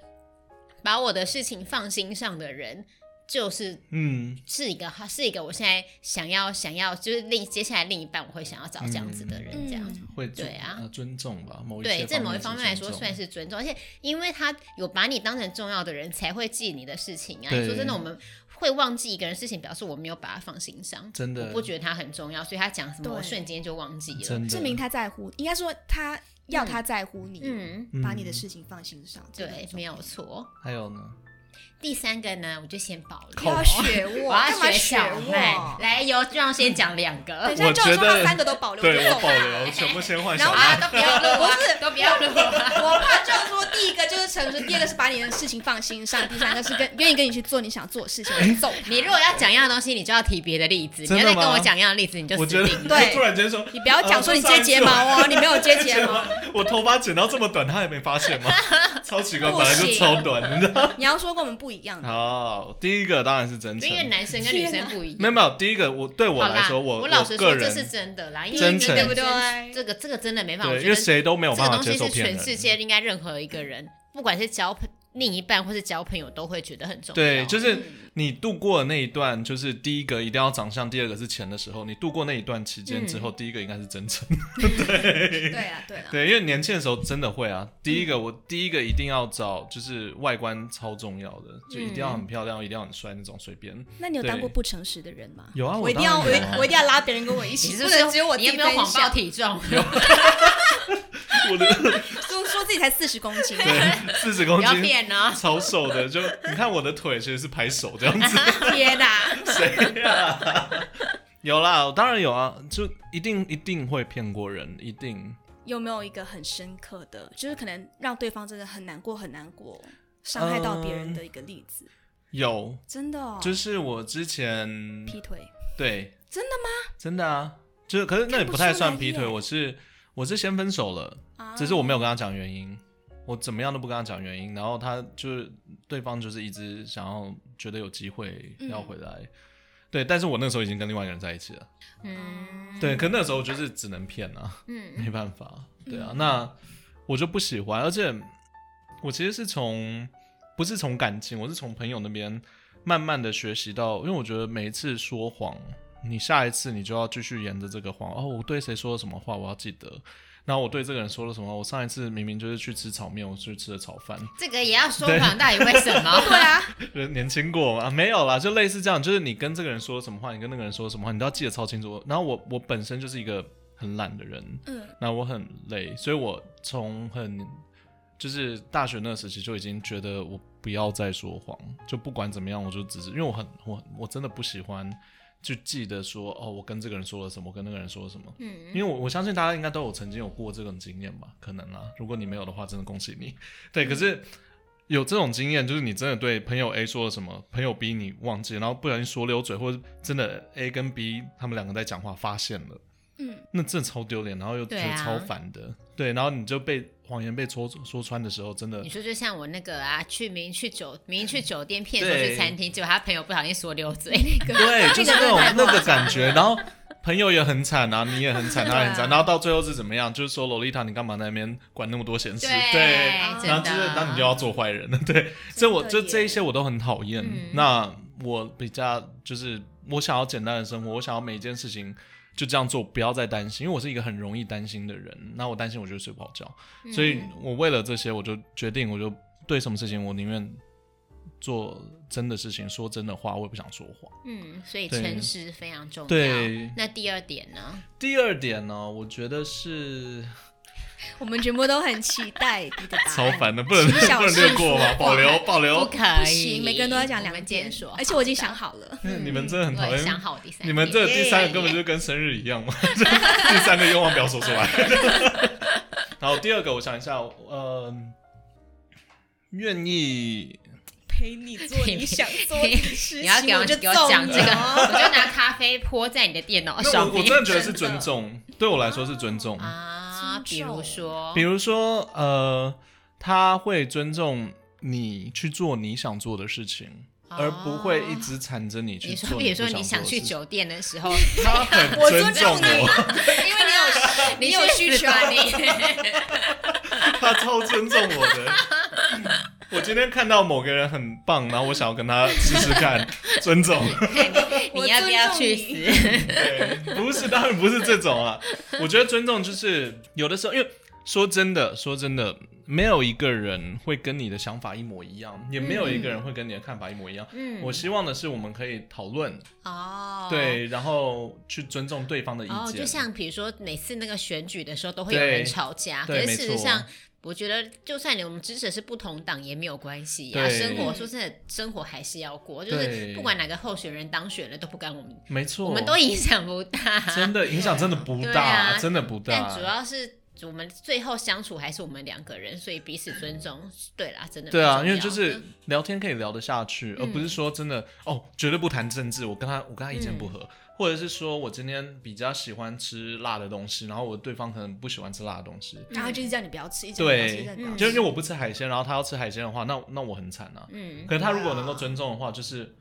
Speaker 2: 把我的事情放心上的人，就是
Speaker 3: 嗯，
Speaker 2: 是一个是一个我现在想要想要就是另接下来另一半我会想要找这样子的人这样。
Speaker 1: 嗯
Speaker 3: 会尊
Speaker 2: 对啊
Speaker 3: 呃尊重吧，某一
Speaker 2: 对，
Speaker 3: 些
Speaker 2: 在某一
Speaker 3: 面
Speaker 2: 方面来
Speaker 3: 是
Speaker 2: 说
Speaker 3: 尊重
Speaker 2: 算是尊重，而且因为他有把你当成重要的人，才会记你的事情啊。你说
Speaker 3: 对
Speaker 2: 真的，我们会忘记一个人事情，表示我没有把他放心上，
Speaker 3: 真的
Speaker 2: 我不觉得他很重要，所以他讲什么，我
Speaker 1: 对
Speaker 2: 瞬间就忘记了。
Speaker 3: 真的
Speaker 1: 证明他在乎，应该说他要他在乎你，
Speaker 2: 嗯，
Speaker 1: 把你的
Speaker 3: 嗯
Speaker 1: 事情放心上，这个很
Speaker 2: 对，
Speaker 1: 重
Speaker 2: 没
Speaker 1: 要
Speaker 2: 有错。
Speaker 3: 还有呢，
Speaker 2: 第三个呢，我就先保留。
Speaker 1: 不要 学我，
Speaker 2: 我
Speaker 1: 干嘛
Speaker 2: 要学小麦
Speaker 1: 我，？
Speaker 2: 来由这样先讲两
Speaker 1: 等
Speaker 2: 个
Speaker 1: 一。下
Speaker 3: 我
Speaker 1: 就说
Speaker 3: 觉得
Speaker 1: 他三个都保留，
Speaker 3: 对
Speaker 1: 就
Speaker 3: 我
Speaker 1: 够
Speaker 3: 保
Speaker 1: 了
Speaker 3: 留，全部先换
Speaker 1: 然
Speaker 3: 小
Speaker 1: 后
Speaker 2: 啊，
Speaker 3: 麦。
Speaker 2: 都不要录啊，
Speaker 1: 不是
Speaker 2: 都不要录啊。
Speaker 1: 我怕就说第一个就是诚实，第二个是把你的事情放心上，第三个是跟愿意跟你去做你想做的事情，我揍他
Speaker 2: 你如果要讲一样东西，你就要提别的例子。你
Speaker 3: 真
Speaker 2: 要
Speaker 3: 的
Speaker 2: 再
Speaker 3: 吗
Speaker 2: 跟我讲一样的例子，你就
Speaker 3: 我
Speaker 2: 死
Speaker 3: 觉
Speaker 2: 定
Speaker 3: 得
Speaker 2: 了。
Speaker 3: 你
Speaker 1: 对
Speaker 3: 突然间说，
Speaker 1: 你不要讲说你接睫毛
Speaker 3: 啊
Speaker 1: 哦，你没有接睫
Speaker 3: 睫
Speaker 1: 毛
Speaker 3: 毛， 我头发剪到这么短，他也没发 现吗？超奇怪，
Speaker 1: 不
Speaker 3: 本来就
Speaker 1: 行
Speaker 3: 超短，你知道吗？
Speaker 1: 你要说跟我们不一样的。
Speaker 3: 好，第一个当然是真诚
Speaker 2: 因，为男生跟女生不一样。
Speaker 3: 没有没有，第一个我对我
Speaker 2: 好
Speaker 3: 来
Speaker 2: 啦，
Speaker 3: 说，我
Speaker 2: 我老实
Speaker 3: 个
Speaker 2: 说这是
Speaker 3: 人
Speaker 2: 真的啦，因为
Speaker 3: 真
Speaker 2: 这
Speaker 3: 诚
Speaker 2: 个
Speaker 1: 对不对
Speaker 2: 这个这个真的没办法，我
Speaker 3: 对，
Speaker 2: 觉
Speaker 3: 因为
Speaker 2: 得
Speaker 3: 谁都没有
Speaker 2: 这
Speaker 3: 办
Speaker 2: 个
Speaker 3: 法
Speaker 2: 东
Speaker 3: 接
Speaker 2: 西
Speaker 3: 受
Speaker 2: 是
Speaker 3: 骗
Speaker 2: 全
Speaker 3: 人。
Speaker 2: 世界应该任何一个人，不管是交朋另一半或是交朋友，都会觉得很重要。
Speaker 3: 对，就是是你度过那一段，就是第一个一定要长相，第二个是钱的时候，你度过那一段期间之后，
Speaker 1: 嗯
Speaker 3: 第一个应该是真诚。
Speaker 1: 对啊，对啊，
Speaker 3: 对，因为年轻的时候真的会
Speaker 1: 嗯
Speaker 3: 啊。第一个，我第一个一定要找，就是外观超重要的，就一定要很漂亮，一定要很帅那种，随便。
Speaker 1: 那你有
Speaker 3: 对
Speaker 1: 当过不诚实的人吗？
Speaker 3: 有啊，
Speaker 1: 我一定
Speaker 3: 当
Speaker 1: 要，
Speaker 3: 然
Speaker 1: 我
Speaker 3: 有啊
Speaker 1: 一我一定要拉别人跟我一
Speaker 2: 你
Speaker 1: 起，
Speaker 2: 是
Speaker 1: 不
Speaker 2: 不是
Speaker 1: 能只有我自
Speaker 2: 你有
Speaker 1: 己
Speaker 2: 没有
Speaker 1: 分
Speaker 2: 谎报
Speaker 1: 享。
Speaker 2: 体重？
Speaker 3: 我的
Speaker 1: 说说自己才四十公 斤，
Speaker 3: 对四十 公
Speaker 2: 不要
Speaker 3: 斤
Speaker 2: 骗哦。
Speaker 3: 超瘦的，就你看我的腿其实是拍手这样子。
Speaker 1: 天哪！
Speaker 3: 谁 呀？有啦，当然有啊，就一定一定会骗过人，一定。
Speaker 1: 有没有一个很深刻的，就是可能让对方真的很难过，很难过，伤害到别人的一个例子？
Speaker 3: 有，
Speaker 1: 真的哦，
Speaker 3: 就是我之前
Speaker 1: 劈腿，
Speaker 3: 对，
Speaker 1: 真的吗？
Speaker 3: 真的啊，就是可是那也
Speaker 1: 看不
Speaker 3: 不太
Speaker 1: 出
Speaker 3: 算
Speaker 1: 来
Speaker 3: 劈腿，
Speaker 1: 耶
Speaker 3: 我是我是先分手了，
Speaker 1: 啊
Speaker 3: 只是我没有跟他讲原因，我怎么样都不跟他讲原因，然后他就是对方就是一直想要觉得有机会
Speaker 1: 嗯
Speaker 3: 要回来，对，但是我那时候已经跟另外一个人在一起了，
Speaker 2: 嗯，
Speaker 3: 对，可那时候就是只能骗啊，
Speaker 2: 嗯，
Speaker 3: 没办法，对啊，那我就不喜欢，而且我其实是从不是从感情，我是从朋友那边慢慢的学习到，因为我觉得每一次说谎，你下一次你就要继续沿着这个谎，哦，我对谁说了什么话，我要记得。然后我对这个人说了什么？我上一次明明就是去吃炒面，我去吃了炒饭，
Speaker 2: 这个也要说
Speaker 3: 对
Speaker 2: 谎，到底为什么？
Speaker 1: 对啊，
Speaker 3: 就是年轻过吗？没有啦，就类似这样，就是你跟这个人说了什么话，你跟那个人说了什么话，你都要记得超清楚。然后我我本身就是一个很懒的人，
Speaker 1: 嗯，
Speaker 3: 那我很累，所以我从很就是大学那个时期就已经觉得我不要再说谎，就不管怎么样，我就只是因为我很我我真的不喜欢去记得说哦，我跟这个人说了什么，我跟那个人说了什么。
Speaker 2: 嗯，
Speaker 3: 因为我我相信大家应该都有曾经有过这种经验吧，可能啦。如果你没有的话，真的恭喜你。 对，可
Speaker 2: 嗯
Speaker 3: 是有这种经验，就是你真的对朋友 A 说了什么，朋友 B 你忘记，然后不小心说溜嘴，或者真的 A 跟 B 他们两个在讲话发现了，
Speaker 1: 嗯，
Speaker 3: 那真的超丢脸，然后又觉
Speaker 2: 对
Speaker 3: 得
Speaker 2: 啊
Speaker 3: 超烦的。对，然后你就被谎言被戳戳穿的时候，真的
Speaker 2: 你说就像我那个啊，去明明去酒明明去酒店骗说
Speaker 3: 对
Speaker 2: 去餐厅，结果他朋友不小心说溜嘴，
Speaker 3: 对，就是那种
Speaker 1: 那个真的太
Speaker 3: 那个感觉，然后。朋友也很惨啊，你也很惨，
Speaker 1: 对
Speaker 3: 他也很惨，
Speaker 1: 啊
Speaker 3: 然后到最后是怎么样？就是说，洛丽塔，你干嘛在那边管那么多闲事？对，
Speaker 2: 真
Speaker 3: 然后
Speaker 2: 的，
Speaker 3: 就是，那你就要做坏人了，对。所以我就这一些我都很讨厌。
Speaker 2: 嗯
Speaker 3: 那我比较就是我想要简单的生活，我想要每一件事情就这样做，不要再担心，因为我是一个很容易担心的人。那我担心我就睡
Speaker 2: 嗯
Speaker 3: 不好觉，所以我为了这些，我就决定我就对什么事情我宁愿做真的事情，说真的话，我也不想说谎。
Speaker 2: 嗯，所以
Speaker 3: 对
Speaker 2: 诚实非常重要。
Speaker 3: 对
Speaker 2: 那第二点呢？
Speaker 3: 第二点呢，我觉得是
Speaker 1: 我们全部都很期待你的答案。
Speaker 3: 超烦的，不能
Speaker 1: 谨小
Speaker 3: 不能略
Speaker 1: 慎
Speaker 3: 过吧，
Speaker 1: 说
Speaker 3: 保留保
Speaker 2: 不
Speaker 3: 留。
Speaker 2: 可
Speaker 1: 哦不
Speaker 2: 以，
Speaker 1: 行，每个人都在讲
Speaker 2: 我
Speaker 1: 两
Speaker 2: 们今天
Speaker 1: 件
Speaker 2: 说好的，
Speaker 1: 而且我已经想好了。
Speaker 3: 因为 嗯你们真的很讨
Speaker 2: 我也想
Speaker 3: 厌，
Speaker 2: 好第三点，
Speaker 3: 你们这个第三个根本就是跟生日一 样嘛，第三个愿望不要说出来。 然后第二个，我想一下，呃，愿意
Speaker 1: 陪你做
Speaker 2: 你想
Speaker 1: 做的 事
Speaker 2: 你要给我给我讲这个，
Speaker 1: 哎
Speaker 2: 我就拿咖啡泼在你的电脑
Speaker 3: 那
Speaker 2: 上
Speaker 3: 我我
Speaker 2: 面
Speaker 3: 真的觉得是尊重，对我来说是尊 重。
Speaker 2: 啊，比如说
Speaker 3: 比，如说，呃，他会尊重你去做你想做的事情，而不会一直缠着你去
Speaker 2: 啊你
Speaker 3: 做
Speaker 2: 说，比如说
Speaker 3: 你
Speaker 2: 你
Speaker 3: 不
Speaker 2: 想
Speaker 3: 想做
Speaker 2: 去
Speaker 3: 的事情，
Speaker 2: 酒店的时候，
Speaker 3: 他很
Speaker 1: 我
Speaker 3: 尊
Speaker 1: 尊
Speaker 3: 重
Speaker 1: 重你
Speaker 3: 我，
Speaker 1: 因为 你有你有需求，
Speaker 2: 啊，你
Speaker 3: 他超尊重我的。 我今天看到某个人很棒，然后我想要跟他试试 看，尊重。
Speaker 2: 你要不要去
Speaker 3: 嗯
Speaker 2: 死？
Speaker 3: 对，不是，当然不是这种啊。我觉得尊重就是有的时候，因为说真的，说真的，没有一个人会跟你的想法一模一样，也没有一个人会跟你的看法一模一样。
Speaker 2: 嗯
Speaker 3: 我希望的是，我们可以讨论，
Speaker 2: 哦，。
Speaker 3: 对，然后去尊重对方的意见。
Speaker 2: 哦，就像比如说每次那个选举的时候，都会有
Speaker 3: 对
Speaker 2: 人吵架，可
Speaker 3: 对
Speaker 2: 是
Speaker 3: 没
Speaker 2: 事实
Speaker 3: 错
Speaker 2: 上，我觉得就算你我们支持的是不同党也没有关系啊。
Speaker 3: 对
Speaker 2: 生活说真的，生活还是要过，就是
Speaker 3: 对
Speaker 2: 不管哪个候选人当选了，都不干我们，
Speaker 3: 没错，
Speaker 2: 我们都影响不大。
Speaker 3: 真的影响真的不
Speaker 2: 对
Speaker 3: 大，
Speaker 2: 啊
Speaker 3: 真的不大。
Speaker 2: 但主要是我们最后相处还是我们两个人，所以彼此尊重。对啦，真的
Speaker 3: 对啊，
Speaker 2: 蛮重
Speaker 3: 因
Speaker 2: 要
Speaker 3: 为就是
Speaker 2: 的
Speaker 3: 聊天可以聊得下去，
Speaker 2: 嗯
Speaker 3: 而不是说真的哦，绝对不谈政治。我跟他，我跟他意
Speaker 2: 嗯
Speaker 3: 见不合，或者是说我今天比较喜欢吃辣的东西，然后我对方可能不喜欢吃辣的东西。
Speaker 1: 然后就是叫你不要吃，一直不要吃，一
Speaker 3: 对
Speaker 1: 直不要，
Speaker 2: 嗯
Speaker 1: 吃
Speaker 3: 就因为我不吃海鲜，然后他要吃海鲜的话，那那我很惨啊。
Speaker 2: 嗯
Speaker 3: 可是他如果能够尊重的话，就是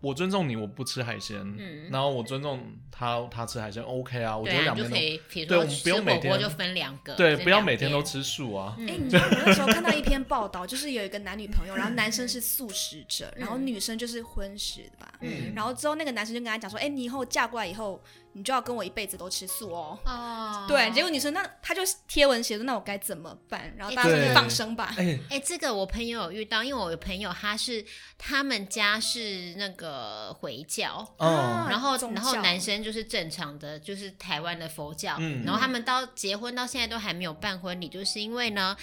Speaker 3: 我尊重你，我不吃海鲜，
Speaker 2: 嗯
Speaker 3: 然后我尊重他，他吃海鲜 OK 啊，我觉
Speaker 2: 对
Speaker 3: 得
Speaker 2: 啊，
Speaker 3: 两
Speaker 2: 你
Speaker 3: 边
Speaker 2: 就
Speaker 3: 都
Speaker 2: 可以，比如
Speaker 3: 对
Speaker 2: 说
Speaker 3: 我们不
Speaker 2: 吃
Speaker 3: 用每
Speaker 2: 火锅
Speaker 3: 天
Speaker 2: 就分两个，
Speaker 3: 对，
Speaker 2: 分
Speaker 3: 不要
Speaker 2: 两
Speaker 3: 每天
Speaker 2: 边
Speaker 3: 都。吃素
Speaker 2: 嗯
Speaker 3: 啊。
Speaker 1: 哎、你知道我那时候看到一篇报道，就是有一个男女朋友，然后男生是素食者，然后女生就是荤食的吧。
Speaker 2: 嗯
Speaker 1: 然后之后那个男生就跟他讲说：“哎、你以后嫁过来以后，你就要跟我一辈子都吃素哦。
Speaker 2: 哦，
Speaker 1: 对，结果女生那他就贴文写说：“那我该怎么办？”然后大家
Speaker 2: 哎
Speaker 1: 说：“
Speaker 2: 对
Speaker 1: 你放生吧。
Speaker 3: 哎，
Speaker 2: 哎、这个我朋友有遇到，因为我有朋友他是他们家是那个回教，
Speaker 1: 啊
Speaker 3: 嗯，
Speaker 2: 然后
Speaker 1: 宗
Speaker 2: 然后
Speaker 1: 教
Speaker 2: 男生就是正常的，就是台湾的佛教，
Speaker 3: 嗯
Speaker 2: 然后他们到结婚到现在都还没有办婚礼，就是因为呢，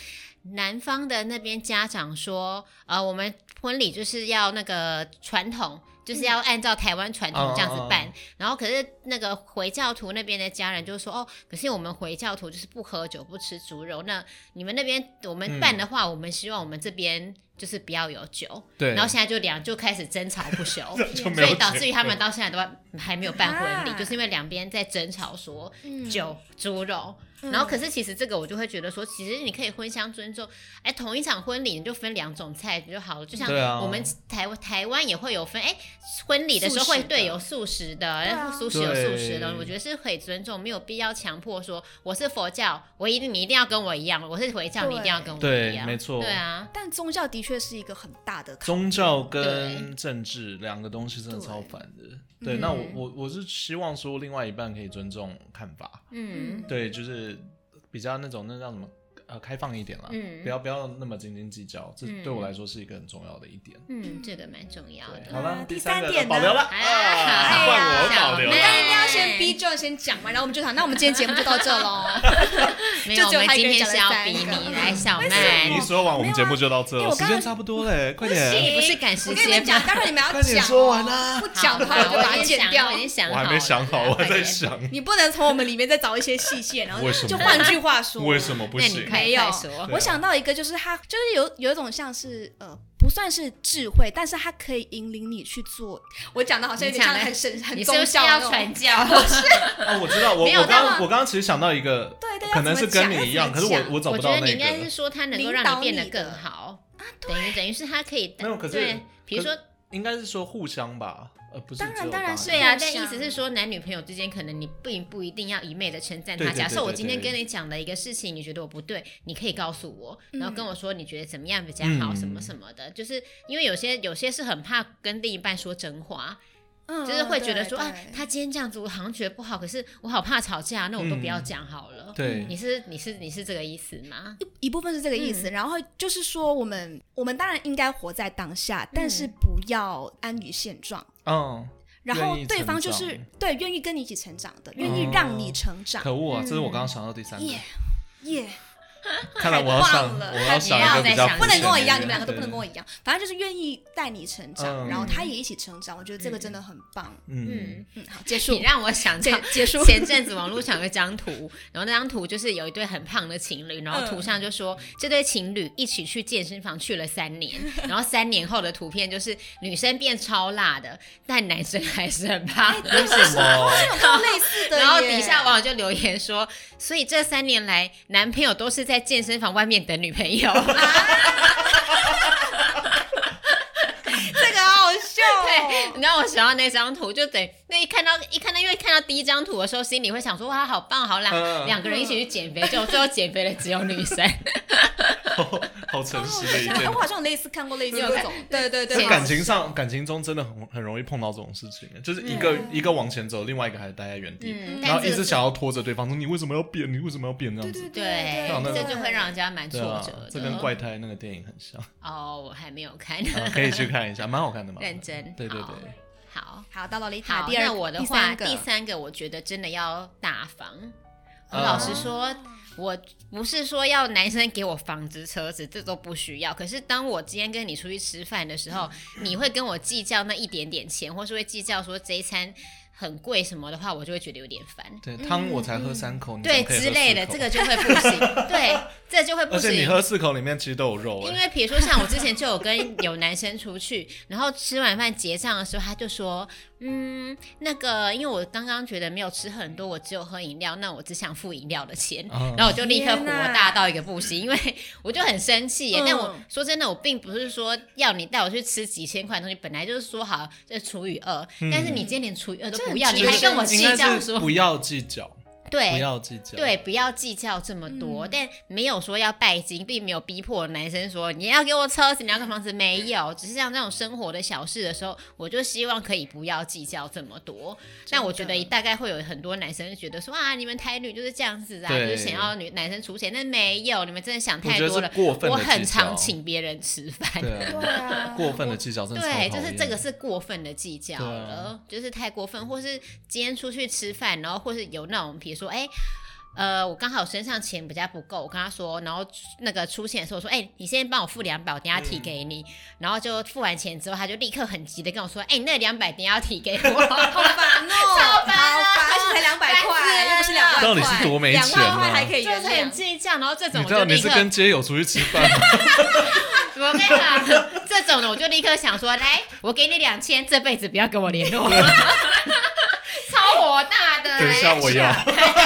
Speaker 2: 男方的那边家长说，呃，我们婚礼就是要那个传统。就是
Speaker 1: 嗯
Speaker 2: 要按照台湾传统这样子办，
Speaker 3: 嗯嗯
Speaker 2: 然后可是那个回教徒那边的家人就说，哦，可是我们回教徒就是不喝酒、不吃猪肉，那你们那边我们办
Speaker 3: 嗯
Speaker 2: 的话，我们希望我们这边就是不要有酒，
Speaker 3: 对，
Speaker 2: 然后现在就两就开始争吵不休，
Speaker 3: 就没
Speaker 2: 所
Speaker 3: 有嗯
Speaker 2: 以导
Speaker 3: 结
Speaker 2: 致于
Speaker 3: 婚
Speaker 2: 他们到现在都还没有办婚礼，
Speaker 1: 啊
Speaker 2: 就是因为两边在争吵说
Speaker 1: 嗯
Speaker 2: 酒、猪肉。
Speaker 1: 嗯
Speaker 2: 然后，可是其实这个我就会觉得说，其实你可以婚相尊重，哎，同一场婚礼你就分两种菜就好了。就像
Speaker 3: 对啊
Speaker 2: 我们台湾台湾也会有分，哎，婚礼的时候
Speaker 1: 素食
Speaker 2: 会
Speaker 1: 的
Speaker 2: 对有素食的，
Speaker 1: 对
Speaker 2: 然
Speaker 1: 啊
Speaker 2: 后素食有素食的，
Speaker 3: 对
Speaker 2: 我觉得是可以尊重，没有必要强迫说我是佛教，我一定你一定要跟我一样，我是回教你一定要跟我一
Speaker 3: 对，
Speaker 2: 样，
Speaker 3: 没错，
Speaker 2: 对啊，
Speaker 1: 但宗教的确是一个很大的考
Speaker 3: 宗
Speaker 1: 虑
Speaker 3: 教跟政治两个东西真的
Speaker 1: 对
Speaker 3: 超烦的。对，那
Speaker 2: 嗯
Speaker 3: 我我我是希望说另外一半可以尊重看法，
Speaker 2: 嗯
Speaker 1: 嗯
Speaker 3: 对，就是比较那种那叫什么呃开放一点啦，
Speaker 2: 嗯
Speaker 3: 不要不要那么斤斤计较，这
Speaker 2: 嗯
Speaker 3: 对我来说是一个很重要的一点。
Speaker 2: 嗯，这个蛮重要
Speaker 3: 对，
Speaker 2: 的。
Speaker 3: 好了，
Speaker 1: 第
Speaker 3: 三
Speaker 1: 三
Speaker 3: 个
Speaker 1: 点呢
Speaker 3: 保留了，
Speaker 2: 哎
Speaker 3: 啊
Speaker 2: 呀
Speaker 3: 换我
Speaker 2: 小
Speaker 3: 保留
Speaker 1: 你
Speaker 2: 妹
Speaker 1: 刚
Speaker 3: 了。
Speaker 1: 一定要先逼 John 先讲嘛，然后我们就想，那我们今天节目就到这 喽。
Speaker 2: 没有，
Speaker 1: 就
Speaker 2: 我
Speaker 1: 只有
Speaker 2: 们
Speaker 1: 他一
Speaker 2: 今
Speaker 1: 个人
Speaker 2: 天
Speaker 1: 讲
Speaker 2: 是
Speaker 1: 了
Speaker 2: 要
Speaker 1: 三
Speaker 2: 逼
Speaker 1: 个
Speaker 2: 你
Speaker 1: 嗯
Speaker 2: 来，小
Speaker 1: 为什
Speaker 2: 麦
Speaker 3: 你一，说完，我们节目就到这
Speaker 1: 因
Speaker 2: 哎
Speaker 3: 了，
Speaker 1: 为我
Speaker 3: 时
Speaker 1: 刚刚
Speaker 3: 间差不多嘞，快
Speaker 2: 你
Speaker 3: 点，
Speaker 2: 不是赶时
Speaker 1: 我跟你
Speaker 2: 间
Speaker 1: 们讲，
Speaker 2: 吗？
Speaker 1: 待会你们要
Speaker 3: 快
Speaker 1: 讲、哦
Speaker 3: 点说完啊
Speaker 1: 不讲的话我就把它剪掉
Speaker 2: 我已。经想
Speaker 3: 我
Speaker 2: 好了，
Speaker 3: 还没想好，我还在。想
Speaker 1: 你不能从我们里面再找一些细节，然后
Speaker 3: 为什么
Speaker 1: 就换句话说，
Speaker 3: 为什么不
Speaker 2: 那你
Speaker 3: 行。
Speaker 2: 快
Speaker 1: 没有
Speaker 2: 快说，
Speaker 1: 我想到一个，就是他就是有有一种像是呃，不算是智慧，但是他可以引领你去做。我讲的好像有点像很神很
Speaker 2: 你是
Speaker 1: 宗
Speaker 2: 不是
Speaker 1: 教的
Speaker 2: 要
Speaker 1: 那种
Speaker 2: 传教？
Speaker 3: 哦，我知道，我
Speaker 2: 没有
Speaker 3: 我
Speaker 2: 那
Speaker 3: 刚
Speaker 1: 么
Speaker 3: 我刚刚其实想到一个，
Speaker 1: 对对，
Speaker 3: 可能是跟你一样，
Speaker 1: 要
Speaker 3: 可
Speaker 1: 怎
Speaker 3: 是
Speaker 1: 么讲
Speaker 3: 我我找
Speaker 2: 我
Speaker 3: 不
Speaker 2: 觉
Speaker 3: 到
Speaker 2: 得
Speaker 3: 那
Speaker 2: 你应该是
Speaker 3: 个。
Speaker 2: 说它能够让变得更好等于等于是它可以
Speaker 3: 没有可是
Speaker 2: 对，比如说
Speaker 3: 应该是说互相吧，呃，不是
Speaker 1: 当然
Speaker 3: 只有
Speaker 1: 当然
Speaker 3: 八
Speaker 1: 是
Speaker 3: 个
Speaker 2: 对啊，
Speaker 1: 互
Speaker 2: 但意
Speaker 1: 相
Speaker 2: 思是说，男女朋友之间，可能你并不一定要一昧的称赞
Speaker 3: 对
Speaker 2: 他。
Speaker 3: 对
Speaker 2: 假
Speaker 3: 对
Speaker 2: 设我
Speaker 3: 对
Speaker 2: 今天
Speaker 3: 对
Speaker 2: 跟你讲了一个事情，你觉得我不对，你可以告诉我，然后跟我说你觉得怎么样比较好，什么
Speaker 3: 嗯
Speaker 2: 什么的。就是因为有些有些是很怕跟另一半说真话，
Speaker 1: 嗯
Speaker 2: 就是会觉得说，
Speaker 1: 对
Speaker 2: 啊，
Speaker 1: 对
Speaker 2: 他今天这样子，我好像觉得不好，可是我好怕吵架，那我都不要讲好了。
Speaker 3: 对
Speaker 2: 你是你是你是这个意思吗？
Speaker 1: 一部分是这个意思，
Speaker 2: 嗯
Speaker 1: 然后就是说，我们我们当然应该活在当下，但是不要安于现状。
Speaker 3: 嗯，
Speaker 1: 然后
Speaker 3: 愿意
Speaker 1: 对方就
Speaker 3: 成
Speaker 1: 是
Speaker 3: 长哦
Speaker 1: 对愿意跟你一起成长的，愿意让你成长。
Speaker 3: 可恶啊！这是我
Speaker 1: 嗯
Speaker 3: 刚刚想到第三个，
Speaker 1: 耶耶、
Speaker 3: 看来我要
Speaker 1: 太
Speaker 3: 上，
Speaker 1: 棒了
Speaker 3: 我要想
Speaker 2: 你
Speaker 3: 一
Speaker 2: 要
Speaker 3: 个比
Speaker 2: 再
Speaker 3: 较
Speaker 2: 想
Speaker 1: 不能
Speaker 2: 是
Speaker 1: 跟我一
Speaker 3: 肤
Speaker 1: 样，
Speaker 3: 浅
Speaker 1: 你
Speaker 3: 的
Speaker 1: 们两个都不
Speaker 3: 对
Speaker 1: 能跟我一样。反正就是愿意带你成长，
Speaker 3: 嗯
Speaker 1: 然后他也一起成长。我觉得这个真的很棒。
Speaker 3: 嗯
Speaker 2: 嗯，
Speaker 1: 嗯，好，结束
Speaker 2: 你。让我想到。
Speaker 1: 结结束
Speaker 2: 前阵子网络上有一张图，然后那张图就是有一对很胖的情侣，然后
Speaker 1: 嗯
Speaker 2: 图上就说、这对情侣一起去健身房去了三年，然后三年后的图片就是女生变超辣的，但男生还是很
Speaker 1: 哎
Speaker 2: 胖。
Speaker 3: 啊为什么？
Speaker 1: 有看过类似的耶，
Speaker 2: 然后底下网友就留言说，所以这三年来，男朋友都是在健身房外面等女朋友。
Speaker 1: 这个好笑
Speaker 2: 对，
Speaker 1: 哦。
Speaker 2: 你知道我想到那张图，就等那一看到一看到，因为看到第一张图的时候，心里会想说哇，好棒，好啦，
Speaker 3: 嗯
Speaker 2: 两个人一起去减肥，结果最后减肥的只有女 生。
Speaker 3: 好诚实的一
Speaker 1: 哎
Speaker 3: 件
Speaker 1: 嗯我。好像有类似看过类似
Speaker 2: 有
Speaker 1: 这种，对对对，
Speaker 3: 这
Speaker 1: 好
Speaker 3: 感情上，感情中真的很很容易碰到这种事情，就是一
Speaker 1: 嗯
Speaker 3: 个一个往前走，另外一个还待在原地，
Speaker 2: 嗯，
Speaker 3: 然
Speaker 2: 但
Speaker 3: 后
Speaker 2: 这
Speaker 3: 一
Speaker 2: 个
Speaker 3: 直想要拖着对方说：“你为什么要变？你为什么要变？”这
Speaker 1: 对
Speaker 3: 样
Speaker 1: 对
Speaker 3: 子，
Speaker 2: 对，
Speaker 3: 那
Speaker 2: 这
Speaker 3: 对
Speaker 2: 就会让人家蛮挫
Speaker 3: 对啊
Speaker 2: 折的。，
Speaker 3: 这跟怪胎那个电影很像，
Speaker 2: 哦，我还没有看。
Speaker 3: 啊可以去看一下，蛮好看的嘛。
Speaker 2: 认真
Speaker 3: 对对
Speaker 2: 好
Speaker 3: 对，
Speaker 2: 好，
Speaker 1: 好到了丽塔
Speaker 2: 好，
Speaker 1: 第二
Speaker 2: 那我的
Speaker 1: 第
Speaker 2: 话，
Speaker 1: 三个
Speaker 2: 第三个，我觉得真的要大方。我
Speaker 3: 嗯
Speaker 2: 老实说，我不是说要男生给我房子、车子，这都不需要。可是当我今天跟你出去吃饭的时候，你会跟我计较那一点点钱，或是会计较说这一餐很贵什么的话，我就会觉得有点烦。
Speaker 3: 对汤我才喝三口，你怎
Speaker 2: 对
Speaker 3: 么可以喝
Speaker 2: 之类的，
Speaker 3: 四口
Speaker 2: 这个就会不行。 对，这就会不
Speaker 3: 而且
Speaker 2: 行。
Speaker 3: 你喝四口里面其实都有肉，
Speaker 2: 因
Speaker 3: 哎，
Speaker 2: 为比如说像我之前就有跟有男生出去，然后吃完饭结账的时候，他就说，嗯，那个因为我刚刚觉得没有吃很多，我只有喝饮料，那我只想付饮料的钱。
Speaker 3: 嗯
Speaker 2: 然后我就立刻火
Speaker 1: 天哪
Speaker 2: 大到一个不行，因为我就很生气耶。
Speaker 1: 嗯
Speaker 2: 但我说真的，我并不是说要你带我去吃几千块的东西，本来就是说好这除以二，但是你今天连除以二都不要，
Speaker 1: 这很
Speaker 2: 你
Speaker 1: 值
Speaker 2: 还跟我
Speaker 3: 应
Speaker 2: 计
Speaker 3: 该
Speaker 2: 较
Speaker 3: 是
Speaker 2: 说，
Speaker 3: 不要计较，
Speaker 2: 对，
Speaker 3: 不要计较，
Speaker 2: 对，不要计较这么多，但没有说要拜金，并没有逼迫男生说你要给我车子，你要个房子，没有，只是像这种生活的小事的时候，我就希望可以不要计较这么多。但我觉得大概会有很多男生觉得说啊，你们台女就是这样子啊，就
Speaker 3: 对
Speaker 2: 是想要女男生出钱，但没有，你们真的想
Speaker 3: 我
Speaker 2: 太
Speaker 3: 觉得
Speaker 2: 多
Speaker 3: 是
Speaker 2: 了。
Speaker 3: 过分
Speaker 2: 我
Speaker 3: 的计较，
Speaker 2: 很常请别人吃饭。
Speaker 3: 对啊，
Speaker 1: 对啊，
Speaker 3: 过分的计较真的超讨
Speaker 2: 对，
Speaker 3: 厌啊
Speaker 2: 就是这个是过分的计较了，就是太过分，或是今天出去吃饭，然后或是有那种，比如说，哎、呃，我刚好身上钱比较不够，我跟他说，然后那个出钱的时候我说，哎、你先帮我付两百，我等一下提给你。
Speaker 3: 嗯
Speaker 2: 然后就付完钱之后，他就立刻很急的跟我说，哎、你那两百等一下要提给我。
Speaker 1: 好烦 哦，好烦，
Speaker 2: 啊
Speaker 1: 而且才两百块，又不是两万块，
Speaker 3: 到底是多没
Speaker 1: 两
Speaker 3: 钱
Speaker 1: 万块
Speaker 3: 啊
Speaker 1: 还？可以
Speaker 2: 就是
Speaker 1: 原谅。
Speaker 2: 很计较，然后这种
Speaker 3: 你
Speaker 2: 我
Speaker 3: 知
Speaker 2: 就
Speaker 3: 道你
Speaker 2: 立
Speaker 3: 是
Speaker 2: 刻，
Speaker 3: 跟街友出去吃饭吗？
Speaker 2: 我跟你讲，这种的我就立刻想说，来，我给你两千，这辈子不要跟我联络， 超火大的、
Speaker 3: 等一下我要，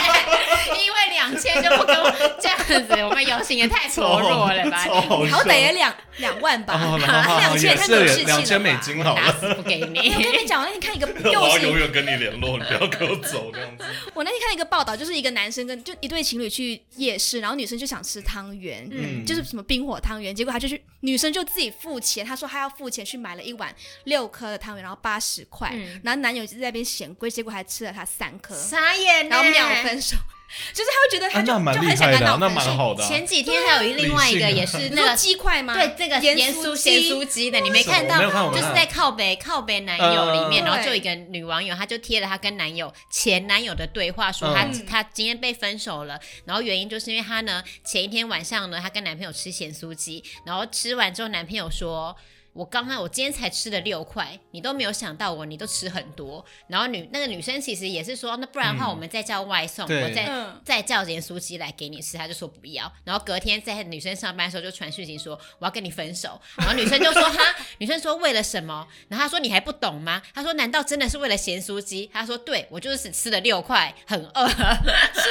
Speaker 2: 因为两千就不跟我这样子，我们友情也太薄弱了 吧？
Speaker 3: 超好
Speaker 1: 好
Speaker 3: 笑
Speaker 1: 歹也两两万吧，
Speaker 3: 哦然后
Speaker 1: 两千
Speaker 3: 也
Speaker 1: 太没有
Speaker 3: 是
Speaker 1: 志
Speaker 3: 两
Speaker 1: 气
Speaker 3: 千
Speaker 1: 了
Speaker 3: 美
Speaker 1: 吧。
Speaker 3: 金好
Speaker 2: 打
Speaker 3: 了。
Speaker 2: 死不给
Speaker 1: 哎我
Speaker 2: 你。
Speaker 1: 跟
Speaker 3: 哎
Speaker 1: 你讲，我那天看一 个
Speaker 3: 我
Speaker 1: 又
Speaker 3: 要
Speaker 1: 是
Speaker 3: 永远跟你联络，你不要跟我走这样子。
Speaker 1: 我那天看了一个报道，就是一个男生跟就一对情侣去夜市，然后女生就想吃汤圆，
Speaker 3: 嗯
Speaker 1: 就是什么冰火汤圆，结果他就去女生就自己付钱，她说她要付钱去买了一碗六颗的汤圆，然后八十块，
Speaker 2: 嗯
Speaker 1: 然后男友就在那边嫌贵，结果还吃了她三颗，
Speaker 2: 傻眼
Speaker 1: 然后秒。分手， 就是他会觉得他
Speaker 3: 啊
Speaker 1: 就、
Speaker 3: 那蛮
Speaker 1: 就
Speaker 3: 厉
Speaker 1: 很想
Speaker 3: 害
Speaker 1: 跟
Speaker 3: 的啊，
Speaker 1: 他
Speaker 3: 那
Speaker 1: 分手
Speaker 3: 蛮。好的啊。
Speaker 2: 前几天还有一另外一个也是
Speaker 1: 你
Speaker 2: 那
Speaker 1: 说
Speaker 2: 个。
Speaker 1: 鸡块吗？
Speaker 2: 对这个
Speaker 1: 盐
Speaker 2: 盐
Speaker 1: 酥
Speaker 2: 酥咸
Speaker 1: 鸡
Speaker 2: 酥鸡的，你没
Speaker 3: 什么
Speaker 2: 看
Speaker 3: 我没有看
Speaker 2: 到？
Speaker 3: 我没
Speaker 2: 就是
Speaker 3: 看呃
Speaker 2: 在靠北靠北男友里面，
Speaker 1: 嗯
Speaker 2: 然后就有一个女网友，她就贴了她跟男友前男友的对话，说她
Speaker 1: 嗯
Speaker 2: 她今天被分手了，然后原因就是因为她呢前一天晚上呢，她跟男朋友吃咸酥鸡，然后吃完之后，男朋友说。我刚刚我今天才吃了六块，你都没有想到我，你都吃很多。然后女那个女生其实也是说，那不然的话
Speaker 3: 嗯
Speaker 2: 我们再叫外送，
Speaker 3: 对
Speaker 2: 我再
Speaker 1: 嗯
Speaker 2: 再叫盐酥鸡来给你吃，他就说不要。然后隔天在女生上班的时候就传讯息说我要跟你分手，然后女生就说哈，女生说为了什么？然后他说你还不懂吗？他说难道真的是为了咸酥鸡？他说对，我就是只吃了六块，很饿。
Speaker 1: 是不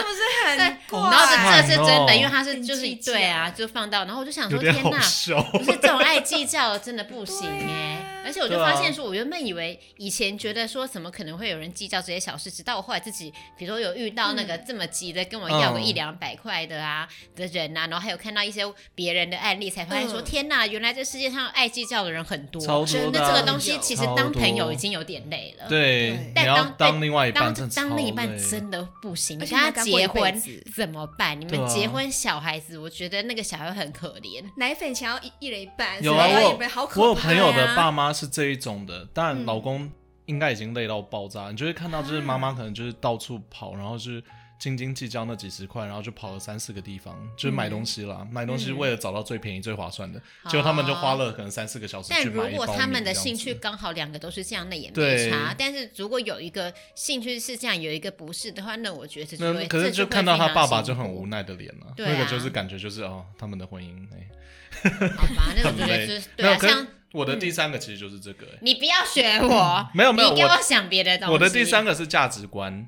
Speaker 1: 是很
Speaker 2: 对
Speaker 1: 怪？
Speaker 2: 然后
Speaker 3: 哇
Speaker 2: 这这是真的，因为他是
Speaker 1: 很
Speaker 2: 就是
Speaker 1: 计较
Speaker 2: 对啊，就放到，然后我就想
Speaker 3: 有
Speaker 2: 说
Speaker 3: 点
Speaker 2: 天
Speaker 3: 好
Speaker 2: 哪，
Speaker 3: 笑，
Speaker 2: 不是这种爱计较的真的不不行
Speaker 1: 对
Speaker 2: 哎、
Speaker 1: 啊
Speaker 2: 而且我就
Speaker 3: 对
Speaker 2: 发
Speaker 3: 啊
Speaker 2: 现说，我原本以为以前觉得说怎么可能会有人计较这些小事，直到我后来自己，比如说有遇到那
Speaker 1: 嗯
Speaker 2: 个这么急的跟我要个
Speaker 3: 嗯
Speaker 2: 一两百块的啊、的人啊，然后还有看到一些别人的案例，才发现说、
Speaker 1: 嗯
Speaker 2: 天哪，原来这世界上爱计较的人很多。
Speaker 3: 超
Speaker 1: 真
Speaker 3: 多
Speaker 1: 的
Speaker 3: 的
Speaker 2: 那
Speaker 3: 啊。
Speaker 2: 这个东西
Speaker 1: 有
Speaker 2: 其实
Speaker 3: 超
Speaker 2: 当朋友
Speaker 3: 多
Speaker 2: 已经有点累了。
Speaker 3: 对，
Speaker 1: 对
Speaker 3: 你要
Speaker 2: 但
Speaker 3: 当另外一半，
Speaker 2: 当
Speaker 3: 真的
Speaker 2: 当另一
Speaker 3: 超
Speaker 2: 半
Speaker 3: 累
Speaker 2: 真的不行，
Speaker 1: 而
Speaker 2: 你
Speaker 1: 且
Speaker 2: 跟他
Speaker 1: 还刚过
Speaker 2: 结
Speaker 1: 一辈
Speaker 2: 婚
Speaker 1: 子
Speaker 2: 怎么办？你
Speaker 3: 对
Speaker 2: 们
Speaker 3: 啊
Speaker 2: 结婚小孩子，我觉得那个小孩会很可怜。
Speaker 1: 奶粉钱要一一人一半，
Speaker 3: 有
Speaker 2: 啊
Speaker 1: 所以
Speaker 2: 我
Speaker 1: 一杯好可怕、
Speaker 3: 我有朋友
Speaker 2: 啊
Speaker 3: 的爸妈是这一种的，但
Speaker 1: 嗯
Speaker 3: 老公应该已经累到爆炸。你就会看到，
Speaker 2: 啊
Speaker 3: 就是妈妈可能就是到处跑，然后是斤斤计较那几十块，然后就跑了三四个地方，就是买
Speaker 2: 嗯
Speaker 3: 东西啦。买东西为了找到最便宜、最划算的，结果他们就花了可能三四个小时
Speaker 2: 啊但
Speaker 3: 去
Speaker 2: 如
Speaker 3: 买一
Speaker 2: 果
Speaker 3: 包
Speaker 2: 他
Speaker 3: 米
Speaker 2: 们的
Speaker 3: 这样
Speaker 2: 兴
Speaker 3: 子
Speaker 2: 趣刚好两个都是这样，那也没
Speaker 3: 对
Speaker 2: 差。但是如果有一个兴趣是这样，有一个不是的话，那我觉得这就
Speaker 3: 那
Speaker 2: 会
Speaker 3: 可
Speaker 2: 这
Speaker 3: 是
Speaker 2: 就
Speaker 3: 就
Speaker 2: 会
Speaker 3: 看到
Speaker 2: 非
Speaker 3: 他
Speaker 2: 常
Speaker 3: 爸爸
Speaker 2: 辛
Speaker 3: 就很
Speaker 2: 苦
Speaker 3: 无奈的脸了、
Speaker 2: 对啊
Speaker 3: 那个就是感觉就是哦，他们的婚姻哎、
Speaker 2: 好吧？那我
Speaker 3: 很
Speaker 2: 觉得
Speaker 3: 累。
Speaker 2: 就是对
Speaker 3: 没有
Speaker 2: 啊，
Speaker 3: 可是
Speaker 2: 像
Speaker 3: 我的第三个其实就是这个、哎
Speaker 2: 你不要学我，
Speaker 3: 没有没有
Speaker 2: 你给我
Speaker 3: 我
Speaker 2: 想别的东西。
Speaker 3: 我的第三个是价值观，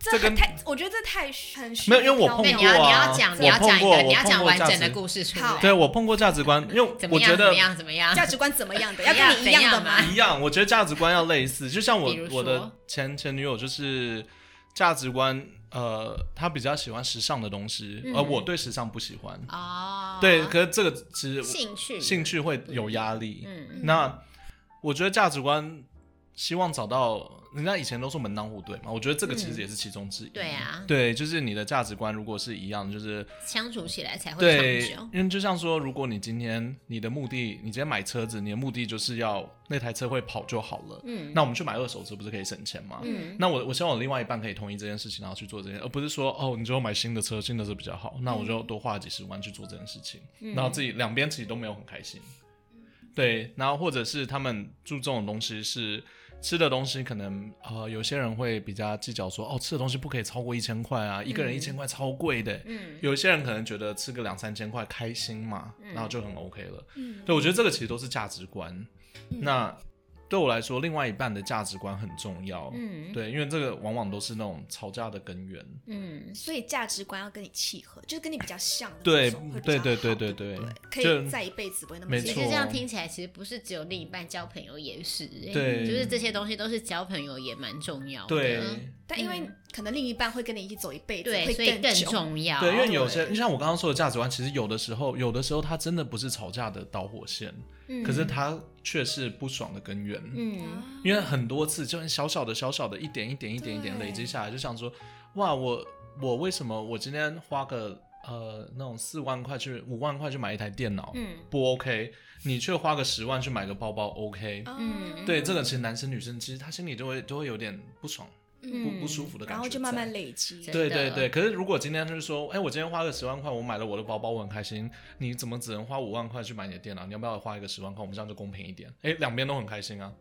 Speaker 1: 这
Speaker 3: 这跟
Speaker 1: 太，我觉得这太很虚
Speaker 3: 没有因为我
Speaker 1: 缥
Speaker 3: 碰
Speaker 2: 对，
Speaker 1: 缈
Speaker 2: 你要
Speaker 3: 过
Speaker 2: 你要
Speaker 3: 啊
Speaker 2: 讲你
Speaker 3: 我
Speaker 2: 要讲
Speaker 3: 碰
Speaker 2: 一
Speaker 3: 过
Speaker 2: 个你
Speaker 3: 我
Speaker 2: 要
Speaker 3: 碰
Speaker 2: 讲
Speaker 3: 过
Speaker 2: 完
Speaker 3: 价
Speaker 2: 整的
Speaker 3: 值
Speaker 2: 故事出
Speaker 1: 好
Speaker 2: 来。
Speaker 3: 对我碰过价值观，因为
Speaker 2: 怎么
Speaker 3: 我
Speaker 2: 样
Speaker 3: 觉
Speaker 2: 怎么
Speaker 3: 得
Speaker 2: 样怎么样？
Speaker 1: 价值观怎么 样的，要
Speaker 2: 怎样
Speaker 1: 跟你一样的吗
Speaker 2: 怎？样啊
Speaker 3: 一样，啊我觉得价值观要类似，就像我
Speaker 2: 比如说
Speaker 3: 我的前前女友就是价值观，呃，她比较喜欢时尚的东西，
Speaker 2: 嗯
Speaker 3: 而我对时尚不喜欢。
Speaker 2: 哦，
Speaker 3: 对，可是这个其实
Speaker 2: 兴趣
Speaker 3: 兴，趣会有压力。
Speaker 2: 嗯，
Speaker 3: 那我觉得价值观，希望找到人家以前都说门当户对嘛，我觉得这个其实也是其中之一。
Speaker 2: 嗯对啊
Speaker 3: 对，就是你的价值观如果是一样，就是
Speaker 2: 相处起来才会
Speaker 3: 对
Speaker 2: 长久，。
Speaker 3: 因为就像说，如果你今天你的目的，你今天买车子，你的目的就是要那台车会跑就好了。
Speaker 2: 嗯
Speaker 3: 那我们去买二手车不是可以省钱吗？
Speaker 2: 嗯，
Speaker 3: 那我我希望我另外一半可以同意这件事情，然后去做这件，而不是说哦，你就买新的车，新的车比较好，那我就多花几十万去做这件事情，
Speaker 2: 嗯
Speaker 3: 然后自己两边其实都没有很开心。对，然后或者是他们注重的东西是吃的东西，可能呃有些人会比较计较说，哦吃的东西不可以超过一千块啊，一个人一千块超贵的。
Speaker 2: 嗯
Speaker 3: 有些人可能觉得吃个两三千块开心嘛，然后就很 OK 了。
Speaker 1: 嗯
Speaker 3: 对，我觉得这个其实都是价值观。
Speaker 1: 嗯
Speaker 3: 那对我来说，另外一半的价值观很重要。
Speaker 2: 嗯
Speaker 3: 对，因为这个往往都是那种吵架的根源。
Speaker 2: 嗯，
Speaker 1: 所以价值观要跟你契合，就是跟你比较像的那
Speaker 3: 对
Speaker 1: 种会比较
Speaker 3: 对
Speaker 1: 好，
Speaker 3: 对对
Speaker 1: 对
Speaker 3: 对对
Speaker 1: 不可
Speaker 3: 就
Speaker 1: 以在一辈子不会那么
Speaker 3: 没
Speaker 2: 其
Speaker 1: 累
Speaker 2: 实
Speaker 3: 错
Speaker 2: 这样听起来，其实不是只有另一半交朋友也是、欸，
Speaker 3: 对
Speaker 2: 就是这些东西都是交朋友也蛮重要的，嗯
Speaker 3: 对、
Speaker 1: 但因为可能另一半会跟你一起走一辈子，
Speaker 2: 对，
Speaker 1: 会
Speaker 2: 所以更
Speaker 1: 更久。
Speaker 2: 重要，
Speaker 3: 对，因为有些像我刚刚说的价值观，其实有的时候，有的时候它真的不是吵架的导火线，
Speaker 2: 嗯
Speaker 3: 可是它却是不爽的根源。
Speaker 2: 嗯
Speaker 1: 啊
Speaker 3: 因为很多次就是小小的、小小的，一点一点、一点一点
Speaker 1: 对
Speaker 3: 累积下来，就想说，哇，我我为什么我今天花个呃那种四万块去五万块去买一台电脑，
Speaker 2: 嗯
Speaker 3: 不 OK，你却花个十万去买个包包 OK，、
Speaker 1: 嗯，
Speaker 3: 对，这个其实男生女生其实他心里都会都会有点不爽、不
Speaker 2: 嗯
Speaker 3: 不舒服的感觉在，
Speaker 1: 然后就慢慢累积。
Speaker 2: 对
Speaker 3: 对
Speaker 2: 真
Speaker 3: 对
Speaker 2: 的
Speaker 3: 对，可是如果今天就是说，哎、我今天花个十万块，我买了我的包包，我很开心。你怎么只能花五万块去买你的电脑？你要不要花一个十万块？我们这样就公平一点。哎、两边都很开心啊。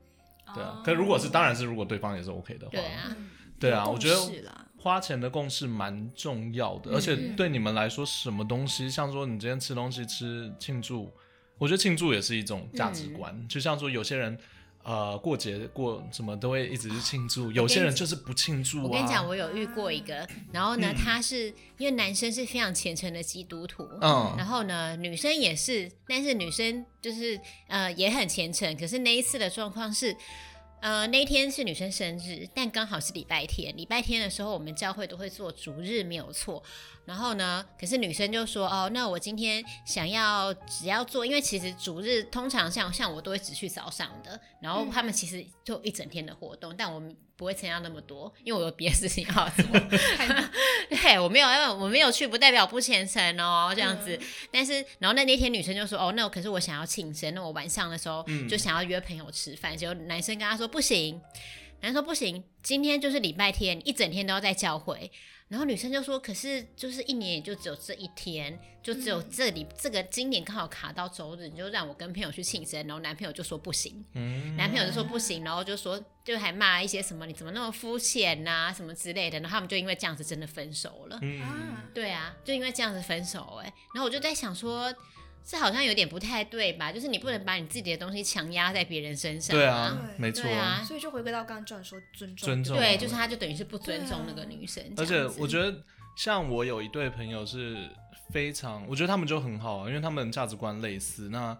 Speaker 3: 对
Speaker 1: 哦
Speaker 3: 啊，可如果是当然是如果对方也是 OK 的话，
Speaker 2: 对啊，
Speaker 1: 嗯
Speaker 3: 对啊，我觉得
Speaker 1: 是啦，
Speaker 3: 花钱的共识蛮重要
Speaker 2: 嗯
Speaker 3: 的，而且对你们来说，什么东西，像说你今天吃东西吃庆祝，我觉得庆祝也是一种价值观，
Speaker 2: 嗯
Speaker 3: 就像说有些人。呃，过节过什么都会一直去庆祝，有些人就是不庆祝啊。
Speaker 2: 我跟你讲，我有遇过一个，然后
Speaker 3: 嗯
Speaker 2: 呢，他是因为男生是非常虔诚的基督徒，然
Speaker 3: 嗯，
Speaker 2: 后呢，女生也是，但是女生就是呃也很虔诚，可是那一次的状况是。呃，那一天是女生生日，但刚好是礼拜天。礼拜天的时候，我们教会都会做主日，没有错。然后呢，可是女生就说：“哦，那我今天想要只要做，因为其实主日通常像像我都会只去早上的，然后他们其实就一整天的活动，但我们不会参加那么多，因为我有别的事情要做。 对我没有，因为我没有去，不代表我不虔诚哦，这样子。但是，然后那那天女生就说：“哦，那我可是我想要庆生，那我晚上的时候就想要约朋友吃饭。结果男生跟她说：“不行。”男生说：“不行，今天就是礼拜天，一整天都要在教会。”然后女生就说：“可是就是一年也就只有这一天，就只有这里、这个今年刚好卡到周日，你就让我跟朋友去庆生。”然后男朋友就说：“不行。”
Speaker 3: 嗯，
Speaker 2: 男朋友就说不行，然后就说就还骂一些什么你怎么那么肤浅呐、什么之类的，然后他们就因为这样子真的分手了。
Speaker 3: 嗯，
Speaker 1: 啊，
Speaker 2: 对啊，就因为这样子分手哎、然后我就在想说，这好像有点不太对吧？就是你不能把你自己的东西强压在别人身上、
Speaker 3: 对啊，没错
Speaker 2: 对。啊，
Speaker 1: 所以就回归到刚刚教你说尊重，
Speaker 3: 尊重
Speaker 2: 对，就是他就等于是不尊重那
Speaker 1: 对
Speaker 2: 个
Speaker 1: 啊
Speaker 2: 女生这
Speaker 3: 而且
Speaker 2: 样子，
Speaker 3: 我觉得，像我有一对朋友是非常，我觉得他们就很好啊，因为他们价值观类似。那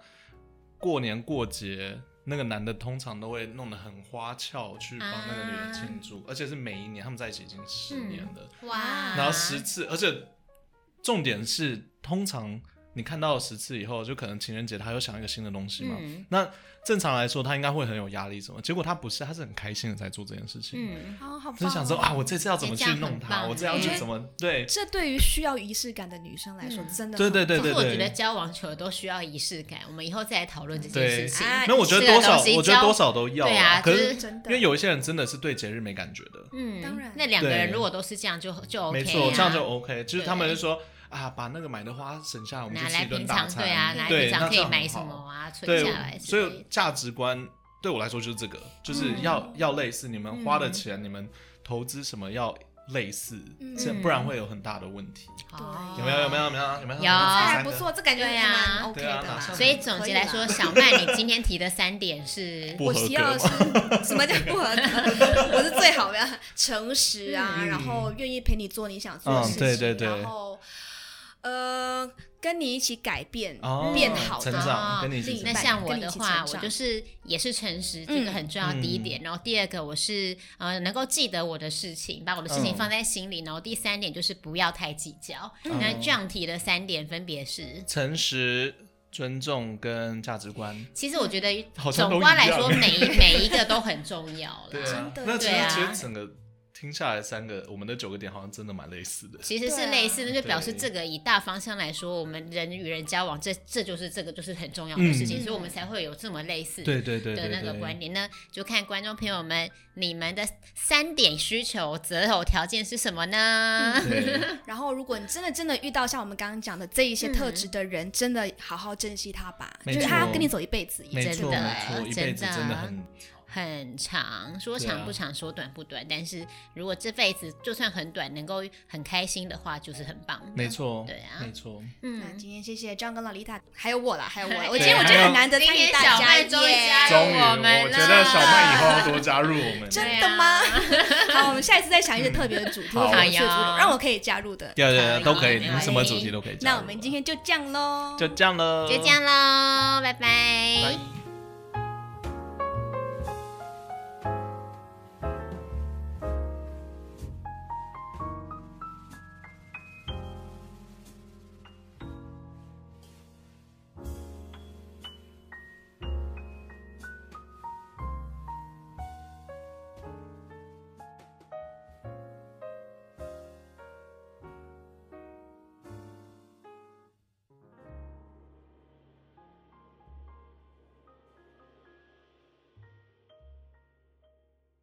Speaker 3: 过年过节，那个男的通常都会弄得很花俏，去帮那个女人庆
Speaker 2: 啊
Speaker 3: 祝，而且是每一年他们在一起已经十年了，
Speaker 2: 哇，
Speaker 3: 然后十次，而且重点是，通常你看到十次以后，就可能情人节他又想一个新的东西嘛。
Speaker 2: 嗯
Speaker 3: 那正常来说，他应该会很有压力，什么？结果他不是，他是很开心的在做这件事情，
Speaker 2: 嗯，
Speaker 1: 哦，好棒、哦！
Speaker 3: 就想说啊，我这次要怎么去
Speaker 2: 哎
Speaker 3: 弄
Speaker 2: 这样很
Speaker 3: 他，
Speaker 2: 棒
Speaker 3: 我这要去
Speaker 1: 哎
Speaker 3: 怎么对
Speaker 1: 这对于需要仪式感的女生来说，
Speaker 2: 嗯
Speaker 1: 真的
Speaker 3: 对对
Speaker 1: 很
Speaker 3: 对
Speaker 2: 可
Speaker 3: 对
Speaker 2: 是我觉得
Speaker 3: 对。
Speaker 2: 交往久了都需要仪式感，我们以后再来讨论这件
Speaker 3: 对
Speaker 2: 事情。
Speaker 1: 啊
Speaker 3: 没有，我觉得
Speaker 2: 这个
Speaker 3: 多少
Speaker 2: 东，西
Speaker 3: 我觉得
Speaker 2: 交
Speaker 3: 多少都要
Speaker 2: 对啊
Speaker 3: 可
Speaker 2: 就是是
Speaker 1: 真的，
Speaker 3: 因为有一些人真的是对节日没感觉的，
Speaker 2: 嗯，
Speaker 1: 当然
Speaker 2: 那两个人
Speaker 3: 对
Speaker 2: 如果都是这样就，就 OK
Speaker 3: 没
Speaker 2: 啊。
Speaker 3: 错，这样就 OK。就是他们
Speaker 2: 对
Speaker 3: 就说啊，把那个买的花省下来，我们就
Speaker 2: 拿
Speaker 3: 吃
Speaker 2: 来
Speaker 3: 一顿
Speaker 2: 平
Speaker 3: 大
Speaker 2: 常
Speaker 3: 餐。
Speaker 2: 对啊，拿来
Speaker 3: 对
Speaker 2: 平常
Speaker 3: 那
Speaker 2: 可
Speaker 3: 这
Speaker 2: 以
Speaker 3: 样
Speaker 2: 买
Speaker 3: 很
Speaker 2: 什
Speaker 3: 好
Speaker 2: 么啊，存
Speaker 3: 对
Speaker 2: 下来，之
Speaker 3: 所
Speaker 2: 类
Speaker 3: 以
Speaker 2: 的。嗯
Speaker 3: 价值观对我来说就是这个，就是要、要类似，你们花的钱，你们投资什么要类似，
Speaker 2: 嗯
Speaker 3: 这、不然会有很大的问题。
Speaker 2: 哦
Speaker 3: 有没有？有没有？有没有？有没有？
Speaker 2: 有
Speaker 1: 这
Speaker 2: 啊
Speaker 1: 还不。错，哎这感觉
Speaker 2: 对
Speaker 1: 也
Speaker 2: 啊
Speaker 1: 蛮 OK
Speaker 3: 对啊
Speaker 1: 的啦
Speaker 3: 马。上
Speaker 2: 所以总结来
Speaker 1: 可以啊
Speaker 2: 说，
Speaker 1: 啦
Speaker 2: 小麦，你今天提的三点是
Speaker 3: 不
Speaker 1: 我
Speaker 3: 合
Speaker 1: 需
Speaker 3: 格
Speaker 1: 要的
Speaker 3: 吗
Speaker 1: 是什么叫不合格？我是最好的，诚实啊，
Speaker 3: 嗯
Speaker 1: 然后愿意陪你做你想做的
Speaker 3: 嗯
Speaker 1: 事情，
Speaker 3: 对对对
Speaker 1: 然后呃，跟你一起改变，
Speaker 3: 哦，
Speaker 1: 变好
Speaker 3: 成
Speaker 1: 的
Speaker 3: 长，跟你一
Speaker 1: 另
Speaker 3: 起
Speaker 1: 一
Speaker 2: 哦那
Speaker 1: 半
Speaker 2: 像我
Speaker 1: 跟你
Speaker 2: 的
Speaker 1: 一起
Speaker 2: 话，
Speaker 1: 成
Speaker 2: 我
Speaker 1: 长
Speaker 2: 就是也是诚实，这个
Speaker 1: 嗯
Speaker 2: 很重要的第一点。然后第二个，我是呃能够记得我的事情，把我的事情
Speaker 3: 嗯
Speaker 2: 放在心里。然后第三点就是不要太计较。
Speaker 3: 嗯
Speaker 2: 那这样提的三点分别是。
Speaker 3: 诚实、尊重跟价值观。
Speaker 2: 其实我觉得，
Speaker 3: 好像都
Speaker 2: 总
Speaker 3: 一
Speaker 2: 观来
Speaker 3: 样
Speaker 2: 说，每一每一个都很重要 啦。
Speaker 3: 啊
Speaker 1: 真的
Speaker 3: 那其
Speaker 2: 对
Speaker 3: 实
Speaker 2: 啊
Speaker 3: 其实整个听下来三个，我们的九个点好像真的蛮类似的。
Speaker 2: 其实
Speaker 1: 对
Speaker 2: 是
Speaker 1: 啊
Speaker 2: 类似的，那就表示
Speaker 3: 对
Speaker 2: 这个以大方向来说，我们人与人交往，这这就是这个就是很重要的事情，
Speaker 1: 嗯
Speaker 2: 所以我们才会有这么类似
Speaker 3: 对对对
Speaker 2: 的
Speaker 3: 对
Speaker 2: 那个
Speaker 3: 对
Speaker 2: 观点。那就看观众朋友们，你们的三点需求择偶条件是什么
Speaker 1: 嗯
Speaker 2: 呢？
Speaker 3: 对，
Speaker 1: 然后，如果你真的真的遇到像我们刚刚讲的这一些特质的人，真的好好珍惜他吧，
Speaker 3: 没
Speaker 1: 就是他
Speaker 3: 错
Speaker 1: 跟你走一辈子也
Speaker 3: 没错
Speaker 2: 真的
Speaker 3: 没错，一辈子
Speaker 2: 真的
Speaker 3: 真的很
Speaker 2: 很长，说
Speaker 3: 对啊
Speaker 2: 长不长，说短不短，但是如果这辈子就算很短，能够很开心的话，就是很棒。
Speaker 3: 没错，
Speaker 2: 对啊
Speaker 3: 没错。
Speaker 1: 那
Speaker 2: 嗯，
Speaker 1: 今天谢谢张跟老丽塔，还有我啦，还有我啦，
Speaker 2: 对
Speaker 1: 我今天我觉得很难得
Speaker 2: 今
Speaker 1: 参
Speaker 2: 天
Speaker 1: 与大
Speaker 2: 小
Speaker 1: 家
Speaker 2: 麦终于加
Speaker 1: 耶，
Speaker 2: 入
Speaker 3: 终于，
Speaker 2: 我们
Speaker 3: 我觉得小麦以后
Speaker 2: 了
Speaker 3: 要多加入我们。
Speaker 1: 真的吗？ 好，我们下一次再想一个特别的主题，
Speaker 3: 好
Speaker 1: 或者我去
Speaker 2: 啊好呀
Speaker 1: 让我可以加入的。
Speaker 3: 对对
Speaker 2: 可
Speaker 3: 对，
Speaker 2: 以
Speaker 3: 都可以，
Speaker 2: 没
Speaker 3: 你
Speaker 2: 问
Speaker 3: 什么
Speaker 2: 题
Speaker 3: 主题都可以加入啊。
Speaker 1: 那我们今天就这样喽，
Speaker 3: 就这样喽，
Speaker 2: 就这样喽，拜拜
Speaker 3: 拜。